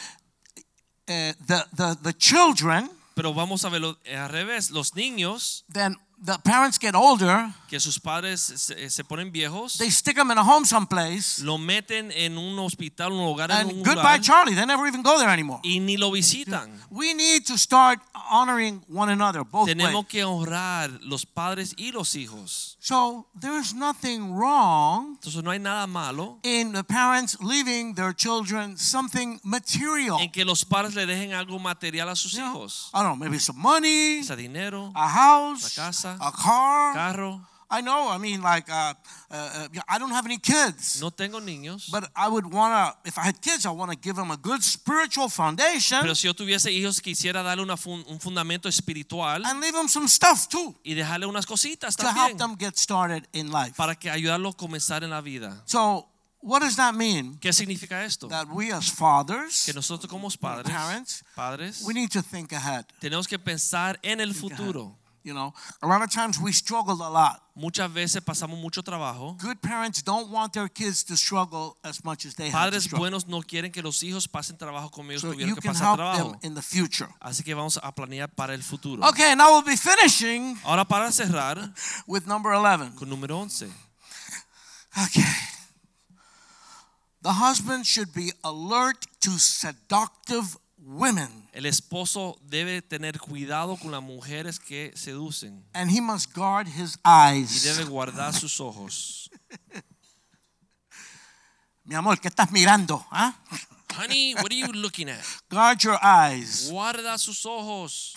[SPEAKER 1] Uh, the, the, the children,
[SPEAKER 2] Pero vamos a verlo eh, al revés. Los niños
[SPEAKER 1] then the parents get older,
[SPEAKER 2] que sus padres se, se ponen viejos,
[SPEAKER 1] they stick them in a home someplace,
[SPEAKER 2] lo meten en un hospital, un hogar, en
[SPEAKER 1] and
[SPEAKER 2] un
[SPEAKER 1] goodbye,
[SPEAKER 2] lugar
[SPEAKER 1] Charlie. They never even go there anymore.
[SPEAKER 2] y ni lo visitan.
[SPEAKER 1] We need to start honoring one another both ways.
[SPEAKER 2] Tenemos que honrar los padres y los hijos.
[SPEAKER 1] So there's nothing wrong
[SPEAKER 2] Entonces no hay nada malo
[SPEAKER 1] in the parents leaving their children something material.
[SPEAKER 2] en que los padres le dejen algo material a sus
[SPEAKER 1] You know,
[SPEAKER 2] hijos.
[SPEAKER 1] I don't know, maybe some money,
[SPEAKER 2] O sea, dinero,
[SPEAKER 1] a house,
[SPEAKER 2] La casa,
[SPEAKER 1] a car.
[SPEAKER 2] carro.
[SPEAKER 1] I know. I mean, like, uh, uh, uh, I don't have any kids,
[SPEAKER 2] No tengo niños.
[SPEAKER 1] but I would want to. If I had kids, I want to give them a good spiritual foundation
[SPEAKER 2] Pero si yo tuviese hijos, quisiera darle una fun- un fundamento espiritual
[SPEAKER 1] and leave them some stuff too
[SPEAKER 2] y dejarle unas cositas
[SPEAKER 1] to help
[SPEAKER 2] también
[SPEAKER 1] them get started in life.
[SPEAKER 2] para que ayudarlos a comenzar en la vida.
[SPEAKER 1] So, what does that mean?
[SPEAKER 2] ¿Qué significa esto?
[SPEAKER 1] That we as fathers,
[SPEAKER 2] Que nosotros como padres,
[SPEAKER 1] Parents,
[SPEAKER 2] padres
[SPEAKER 1] we need to think ahead.
[SPEAKER 2] tenemos que pensar en el futuro.
[SPEAKER 1] You know, a lot of times we struggle a lot.
[SPEAKER 2] Muchas veces pasamos mucho trabajo.
[SPEAKER 1] Good parents don't want their kids to struggle as much as they have to
[SPEAKER 2] Padres
[SPEAKER 1] struggle.
[SPEAKER 2] buenos no quieren que los hijos pasen trabajo como ellos
[SPEAKER 1] So
[SPEAKER 2] tuvieron
[SPEAKER 1] you
[SPEAKER 2] que
[SPEAKER 1] can
[SPEAKER 2] pasar
[SPEAKER 1] help them
[SPEAKER 2] trabajo.
[SPEAKER 1] in the future.
[SPEAKER 2] Así que vamos a planear para el futuro.
[SPEAKER 1] Okay, now we'll be finishing
[SPEAKER 2] Ahora para cerrar
[SPEAKER 1] with number 11.
[SPEAKER 2] con número 11.
[SPEAKER 1] Okay. The husband should be alert to seductive women,
[SPEAKER 2] El esposo debe tener cuidado con las mujeres que seducen
[SPEAKER 1] and he must guard his
[SPEAKER 2] y debe
[SPEAKER 1] eyes.
[SPEAKER 2] guardar sus ojos.
[SPEAKER 1] Mi amor, ¿qué estás mirando? ah?
[SPEAKER 2] Honey, what are you looking at?
[SPEAKER 1] Guard your eyes.
[SPEAKER 2] Guarda sus ojos.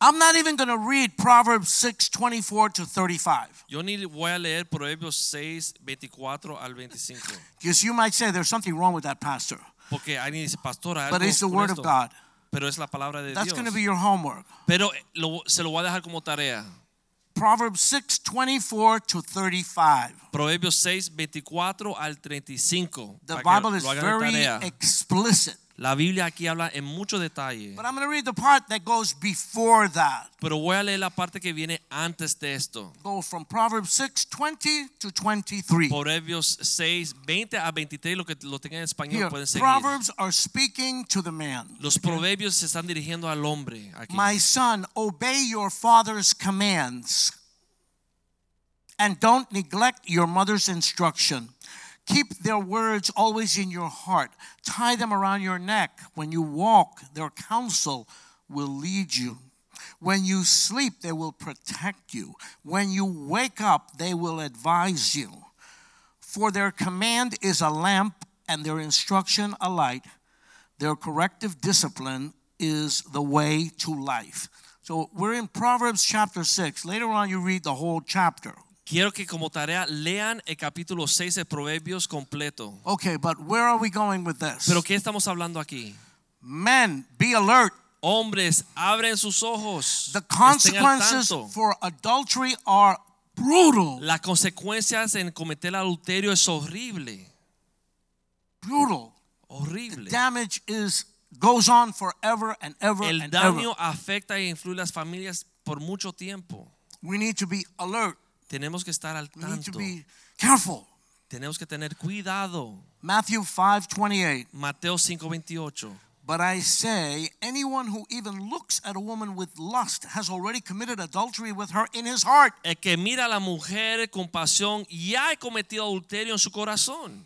[SPEAKER 1] I'm not even going to read Proverbs 6 24 to 35,
[SPEAKER 2] Yo ni voy a leer Proverbios 6, 24 al 25.
[SPEAKER 1] because you might say there's something wrong with that, Pastor.
[SPEAKER 2] Porque alguien dice, pastor, hay
[SPEAKER 1] But
[SPEAKER 2] algo
[SPEAKER 1] it's the
[SPEAKER 2] con
[SPEAKER 1] Word of
[SPEAKER 2] esto".
[SPEAKER 1] God.
[SPEAKER 2] Pero es la palabra de
[SPEAKER 1] That's
[SPEAKER 2] Dios.
[SPEAKER 1] going to be your homework.
[SPEAKER 2] Pero eh, lo- se lo voy a dejar como tarea.
[SPEAKER 1] Proverbs 6 24 to 35.
[SPEAKER 2] Proverbios 6, 24 al 35.
[SPEAKER 1] The
[SPEAKER 2] para que
[SPEAKER 1] Bible is
[SPEAKER 2] lo hagan de
[SPEAKER 1] very
[SPEAKER 2] tarea.
[SPEAKER 1] explicit.
[SPEAKER 2] La Biblia aquí habla en mucho detalle,
[SPEAKER 1] But I'm going to read the part that goes before that.
[SPEAKER 2] pero voy a leer la parte que viene antes de esto.
[SPEAKER 1] Go from Proverbs 6 20 to 23.
[SPEAKER 2] Proverbios 6, 20 a 23, lo que lo tengan en español
[SPEAKER 1] Here,
[SPEAKER 2] pueden seguir.
[SPEAKER 1] Proverbs are speaking to the man.
[SPEAKER 2] Los proverbios se están dirigiendo al hombre aquí.
[SPEAKER 1] My son, obey your father's commands and don't neglect your mother's instruction. Keep their words always in your heart. Tie them around your neck. When you walk, their counsel will lead you. When you sleep, they will protect you. When you wake up, they will advise you. For their command is a lamp and their instruction a light. Their corrective discipline is the way to life. So we're in Proverbs chapter 6. Later on, you read the whole chapter.
[SPEAKER 2] Quiero que como tarea lean el capítulo 6 de Proverbios completo.
[SPEAKER 1] Okay, but where are we going with this?
[SPEAKER 2] Pero ¿qué estamos hablando aquí?
[SPEAKER 1] Men, be alert.
[SPEAKER 2] Hombres, abren sus ojos.
[SPEAKER 1] The
[SPEAKER 2] Estén al
[SPEAKER 1] consequences
[SPEAKER 2] tanto.
[SPEAKER 1] for adultery are brutal.
[SPEAKER 2] Las consecuencias en cometer el adulterio es horrible,
[SPEAKER 1] Brutal.
[SPEAKER 2] horrible.
[SPEAKER 1] Damage is goes on forever and ever
[SPEAKER 2] El
[SPEAKER 1] and ever.
[SPEAKER 2] daño afecta e influye las familias por mucho tiempo.
[SPEAKER 1] We need to be alert.
[SPEAKER 2] Tenemos que estar al
[SPEAKER 1] We need to
[SPEAKER 2] tanto.
[SPEAKER 1] be careful.
[SPEAKER 2] Tenemos que tener cuidado.
[SPEAKER 1] Matthew 5:28.
[SPEAKER 2] Mateo 5:28.
[SPEAKER 1] But I say, anyone who even looks at a woman with lust has already committed adultery with her in his heart.
[SPEAKER 2] El que mira a la mujer con pasión ya ha cometido adulterio en su corazón.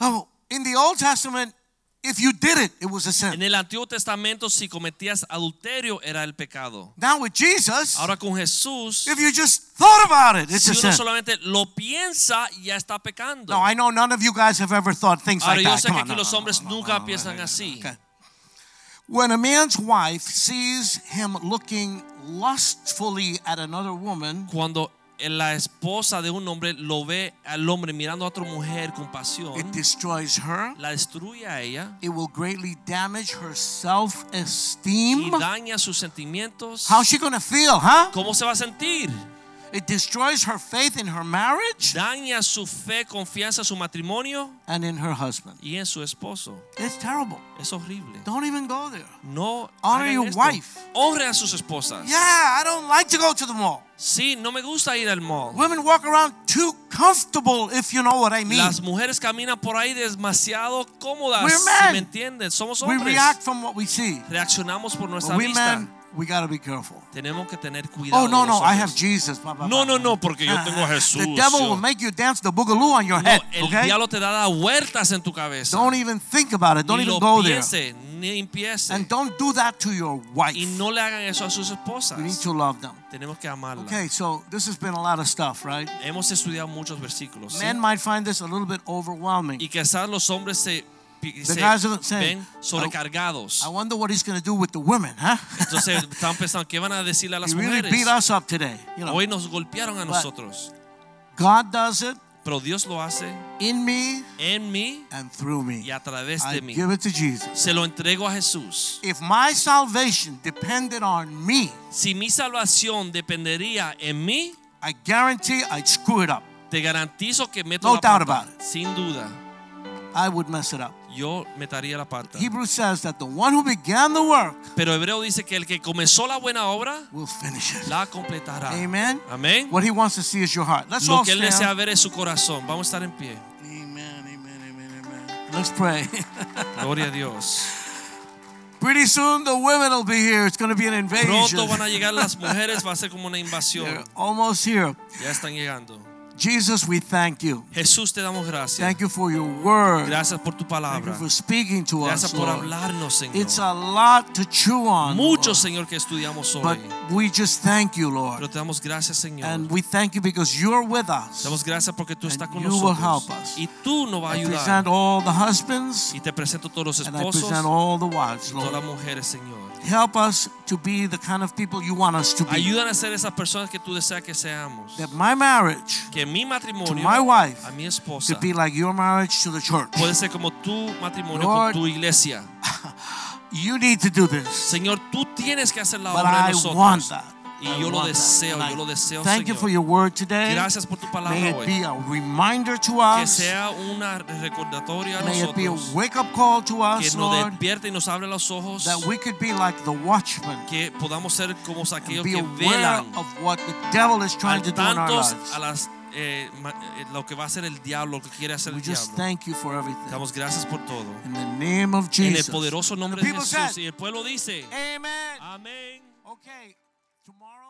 [SPEAKER 1] Oh, in the Old Testament, if you did it, it was a
[SPEAKER 2] En
[SPEAKER 1] sin.
[SPEAKER 2] el Antiguo Testamento si cometías adulterio era el pecado.
[SPEAKER 1] Now with Jesus,
[SPEAKER 2] Ahora con Jesús,
[SPEAKER 1] if you just thought about it, it's
[SPEAKER 2] si
[SPEAKER 1] a
[SPEAKER 2] uno
[SPEAKER 1] sin.
[SPEAKER 2] solamente lo piensa ya está pecando.
[SPEAKER 1] No, I know none of you guys have ever thought things
[SPEAKER 2] Ahora
[SPEAKER 1] like
[SPEAKER 2] yo
[SPEAKER 1] that.
[SPEAKER 2] sé
[SPEAKER 1] Come
[SPEAKER 2] que
[SPEAKER 1] on,
[SPEAKER 2] aquí
[SPEAKER 1] no,
[SPEAKER 2] los
[SPEAKER 1] no,
[SPEAKER 2] hombres
[SPEAKER 1] no, no,
[SPEAKER 2] nunca
[SPEAKER 1] no, no,
[SPEAKER 2] piensan
[SPEAKER 1] no, no.
[SPEAKER 2] así.
[SPEAKER 1] Okay. When a man's wife sees him looking lustfully at another woman,
[SPEAKER 2] Cuando eh, la esposa de un hombre lo ve al hombre mirando a otra mujer con
[SPEAKER 1] it
[SPEAKER 2] pasión,
[SPEAKER 1] destroys her.
[SPEAKER 2] la destruye a ella
[SPEAKER 1] It will greatly damage her
[SPEAKER 2] y
[SPEAKER 1] self-esteem.
[SPEAKER 2] daña sus sentimientos.
[SPEAKER 1] How's she gonna feel, huh?
[SPEAKER 2] ¿Cómo se va a sentir?
[SPEAKER 1] It destroys her faith in her marriage
[SPEAKER 2] Daña su fe, confianza, su matrimonio
[SPEAKER 1] and in her husband.
[SPEAKER 2] y en su esposo.
[SPEAKER 1] It's terrible.
[SPEAKER 2] Es horrible.
[SPEAKER 1] Don't even go there.
[SPEAKER 2] No
[SPEAKER 1] Honor
[SPEAKER 2] hagan
[SPEAKER 1] your
[SPEAKER 2] esto.
[SPEAKER 1] wife.
[SPEAKER 2] Honre a sus esposas.
[SPEAKER 1] Yeah, I don't like to go to the mall.
[SPEAKER 2] Sí, no me gusta ir al mall.
[SPEAKER 1] Women walk around too comfortable, if you know what I mean.
[SPEAKER 2] Las mujeres caminan por ahí demasiado cómodas.
[SPEAKER 1] We're men.
[SPEAKER 2] si ¿Me entienden? Somos
[SPEAKER 1] We
[SPEAKER 2] hombres.
[SPEAKER 1] react from what we see.
[SPEAKER 2] Reaccionamos por
[SPEAKER 1] But
[SPEAKER 2] nuestra
[SPEAKER 1] we
[SPEAKER 2] vista.
[SPEAKER 1] men, we gotta be careful.
[SPEAKER 2] Tenemos que tener cuidado.
[SPEAKER 1] Oh no, no,
[SPEAKER 2] los
[SPEAKER 1] I
[SPEAKER 2] hombres.
[SPEAKER 1] have Jesus. Blah, blah,
[SPEAKER 2] No,
[SPEAKER 1] blah.
[SPEAKER 2] no, no, porque yo tengo a Jesús.
[SPEAKER 1] [laughs] The devil
[SPEAKER 2] yo-
[SPEAKER 1] will make you dance the boogaloo on your
[SPEAKER 2] No,
[SPEAKER 1] head.
[SPEAKER 2] el
[SPEAKER 1] Okay?
[SPEAKER 2] diablo te da da vueltas en tu cabeza.
[SPEAKER 1] Don't even think about it. Don't
[SPEAKER 2] ni
[SPEAKER 1] even
[SPEAKER 2] lo
[SPEAKER 1] go there.
[SPEAKER 2] piense, ni empiece.
[SPEAKER 1] And don't do that to your wife.
[SPEAKER 2] y no le hagan eso a sus
[SPEAKER 1] You need
[SPEAKER 2] esposas.
[SPEAKER 1] to love them.
[SPEAKER 2] Tenemos que amarlas.
[SPEAKER 1] Okay, so this has been a lot of stuff, right?
[SPEAKER 2] Hemos estudiado muchos versículos. ¿sí?
[SPEAKER 1] Men might find this a little bit overwhelming.
[SPEAKER 2] Y quizás los hombres se, pi-
[SPEAKER 1] The
[SPEAKER 2] se
[SPEAKER 1] guys are saying,
[SPEAKER 2] ven sobrecargados.
[SPEAKER 1] I wonder what he's going to do with the women, huh? [laughs]
[SPEAKER 2] Entonces están pensando, ¿qué van a decirle a las
[SPEAKER 1] He really
[SPEAKER 2] mujeres?
[SPEAKER 1] beat us up today. You know,
[SPEAKER 2] Hoy nos golpearon a
[SPEAKER 1] But-
[SPEAKER 2] nosotros.
[SPEAKER 1] God does it
[SPEAKER 2] Pero Dios lo hace
[SPEAKER 1] in me
[SPEAKER 2] en mí
[SPEAKER 1] and through
[SPEAKER 2] y
[SPEAKER 1] me.
[SPEAKER 2] a través
[SPEAKER 1] I
[SPEAKER 2] de mí.
[SPEAKER 1] give it to Jesus.
[SPEAKER 2] Se lo entrego a Jesús.
[SPEAKER 1] If my salvation depended on me,
[SPEAKER 2] Si mi salvación dependería en mí,
[SPEAKER 1] I guarantee I'd screw it up.
[SPEAKER 2] te garantizo que meto
[SPEAKER 1] No
[SPEAKER 2] la
[SPEAKER 1] doubt
[SPEAKER 2] pata.
[SPEAKER 1] about it.
[SPEAKER 2] Sin duda,
[SPEAKER 1] I would mess it up.
[SPEAKER 2] yo metaría la pata.
[SPEAKER 1] Hebrews says that the one who began the work
[SPEAKER 2] Pero Hebreo dice que el que comenzó la buena obra,
[SPEAKER 1] will finish it.
[SPEAKER 2] la completará.
[SPEAKER 1] Amen.
[SPEAKER 2] Amén.
[SPEAKER 1] What he wants to see is your heart. Let's
[SPEAKER 2] Lo
[SPEAKER 1] all
[SPEAKER 2] que él
[SPEAKER 1] stand.
[SPEAKER 2] desea ver es su corazón. Vamos a estar en pie.
[SPEAKER 1] Amen, amen, amen, amen. Let's pray. [laughs]
[SPEAKER 2] Gloria a Dios.
[SPEAKER 1] Pretty soon the women will be here. It's going to be an invasion.
[SPEAKER 2] Pronto van a llegar las mujeres, va a ser como una
[SPEAKER 1] They're
[SPEAKER 2] invasión.
[SPEAKER 1] almost here.
[SPEAKER 2] Ya están llegando.
[SPEAKER 1] Jesus, we thank you.
[SPEAKER 2] Jesús, te damos gracias.
[SPEAKER 1] Thank you for your word.
[SPEAKER 2] Gracias por tu
[SPEAKER 1] Thank you
[SPEAKER 2] palabra.
[SPEAKER 1] for speaking to
[SPEAKER 2] Gracias
[SPEAKER 1] us.
[SPEAKER 2] por
[SPEAKER 1] Lord.
[SPEAKER 2] hablarnos, Señor.
[SPEAKER 1] It's a lot to chew on.
[SPEAKER 2] Mucho,
[SPEAKER 1] Lord.
[SPEAKER 2] Señor, que estudiamos
[SPEAKER 1] But
[SPEAKER 2] hoy.
[SPEAKER 1] we just thank you, Lord.
[SPEAKER 2] Pero te damos gracias, Señor.
[SPEAKER 1] And
[SPEAKER 2] Te
[SPEAKER 1] we thank you because you're with us.
[SPEAKER 2] damos gracias porque tú estás con
[SPEAKER 1] you will
[SPEAKER 2] nosotros.
[SPEAKER 1] help us.
[SPEAKER 2] Y tú nos vas a
[SPEAKER 1] I
[SPEAKER 2] ayudar.
[SPEAKER 1] present all the husbands
[SPEAKER 2] Y te presento todos los
[SPEAKER 1] and I
[SPEAKER 2] esposos
[SPEAKER 1] present all the wives,
[SPEAKER 2] y
[SPEAKER 1] Lord.
[SPEAKER 2] todas las mujeres, Señor.
[SPEAKER 1] Help us to be the kind of people you want us to be.
[SPEAKER 2] Ayudan a ser esas personas que tú deseas que seamos.
[SPEAKER 1] That my marriage
[SPEAKER 2] Que mi
[SPEAKER 1] to my
[SPEAKER 2] matrimonio
[SPEAKER 1] wife
[SPEAKER 2] a mi
[SPEAKER 1] could
[SPEAKER 2] esposa
[SPEAKER 1] be like your marriage to the church.
[SPEAKER 2] puede ser como tu matrimonio
[SPEAKER 1] Lord,
[SPEAKER 2] con tu iglesia.
[SPEAKER 1] You need to do this.
[SPEAKER 2] Señor, tú tienes que hacer la
[SPEAKER 1] But
[SPEAKER 2] obra de
[SPEAKER 1] I want
[SPEAKER 2] nosotros.
[SPEAKER 1] that.
[SPEAKER 2] Y
[SPEAKER 1] I
[SPEAKER 2] yo lo
[SPEAKER 1] want that.
[SPEAKER 2] deseo,
[SPEAKER 1] And I
[SPEAKER 2] yo lo deseo,
[SPEAKER 1] Thank you
[SPEAKER 2] Señor.
[SPEAKER 1] for your word today.
[SPEAKER 2] Gracias por tu
[SPEAKER 1] May
[SPEAKER 2] palabra
[SPEAKER 1] it
[SPEAKER 2] hoy.
[SPEAKER 1] be a reminder to
[SPEAKER 2] Que
[SPEAKER 1] us.
[SPEAKER 2] sea una recordatoria a
[SPEAKER 1] May it be a
[SPEAKER 2] nosotros.
[SPEAKER 1] wake up call to
[SPEAKER 2] Que
[SPEAKER 1] us,
[SPEAKER 2] nos
[SPEAKER 1] Lord,
[SPEAKER 2] despierte y nos abre los ojos.
[SPEAKER 1] that we could be like the watchman
[SPEAKER 2] Que podamos ser como
[SPEAKER 1] and
[SPEAKER 2] aquellos
[SPEAKER 1] be
[SPEAKER 2] que
[SPEAKER 1] aware
[SPEAKER 2] velan
[SPEAKER 1] of what the devil is trying to
[SPEAKER 2] al
[SPEAKER 1] do in our
[SPEAKER 2] tantos
[SPEAKER 1] lives.
[SPEAKER 2] a las, eh, ma- eh, lo que va a hacer el diablo, lo que quiere hacer
[SPEAKER 1] We
[SPEAKER 2] el
[SPEAKER 1] just
[SPEAKER 2] diablo.
[SPEAKER 1] thank you for everything.
[SPEAKER 2] Damos gracias por todo.
[SPEAKER 1] In the name of
[SPEAKER 2] En el
[SPEAKER 1] Jesus.
[SPEAKER 2] poderoso nombre
[SPEAKER 1] the
[SPEAKER 2] de
[SPEAKER 1] people
[SPEAKER 2] Jesús.
[SPEAKER 1] said,
[SPEAKER 2] Y el pueblo dice,
[SPEAKER 1] Amen.
[SPEAKER 2] amén.
[SPEAKER 1] Okay, tomorrow.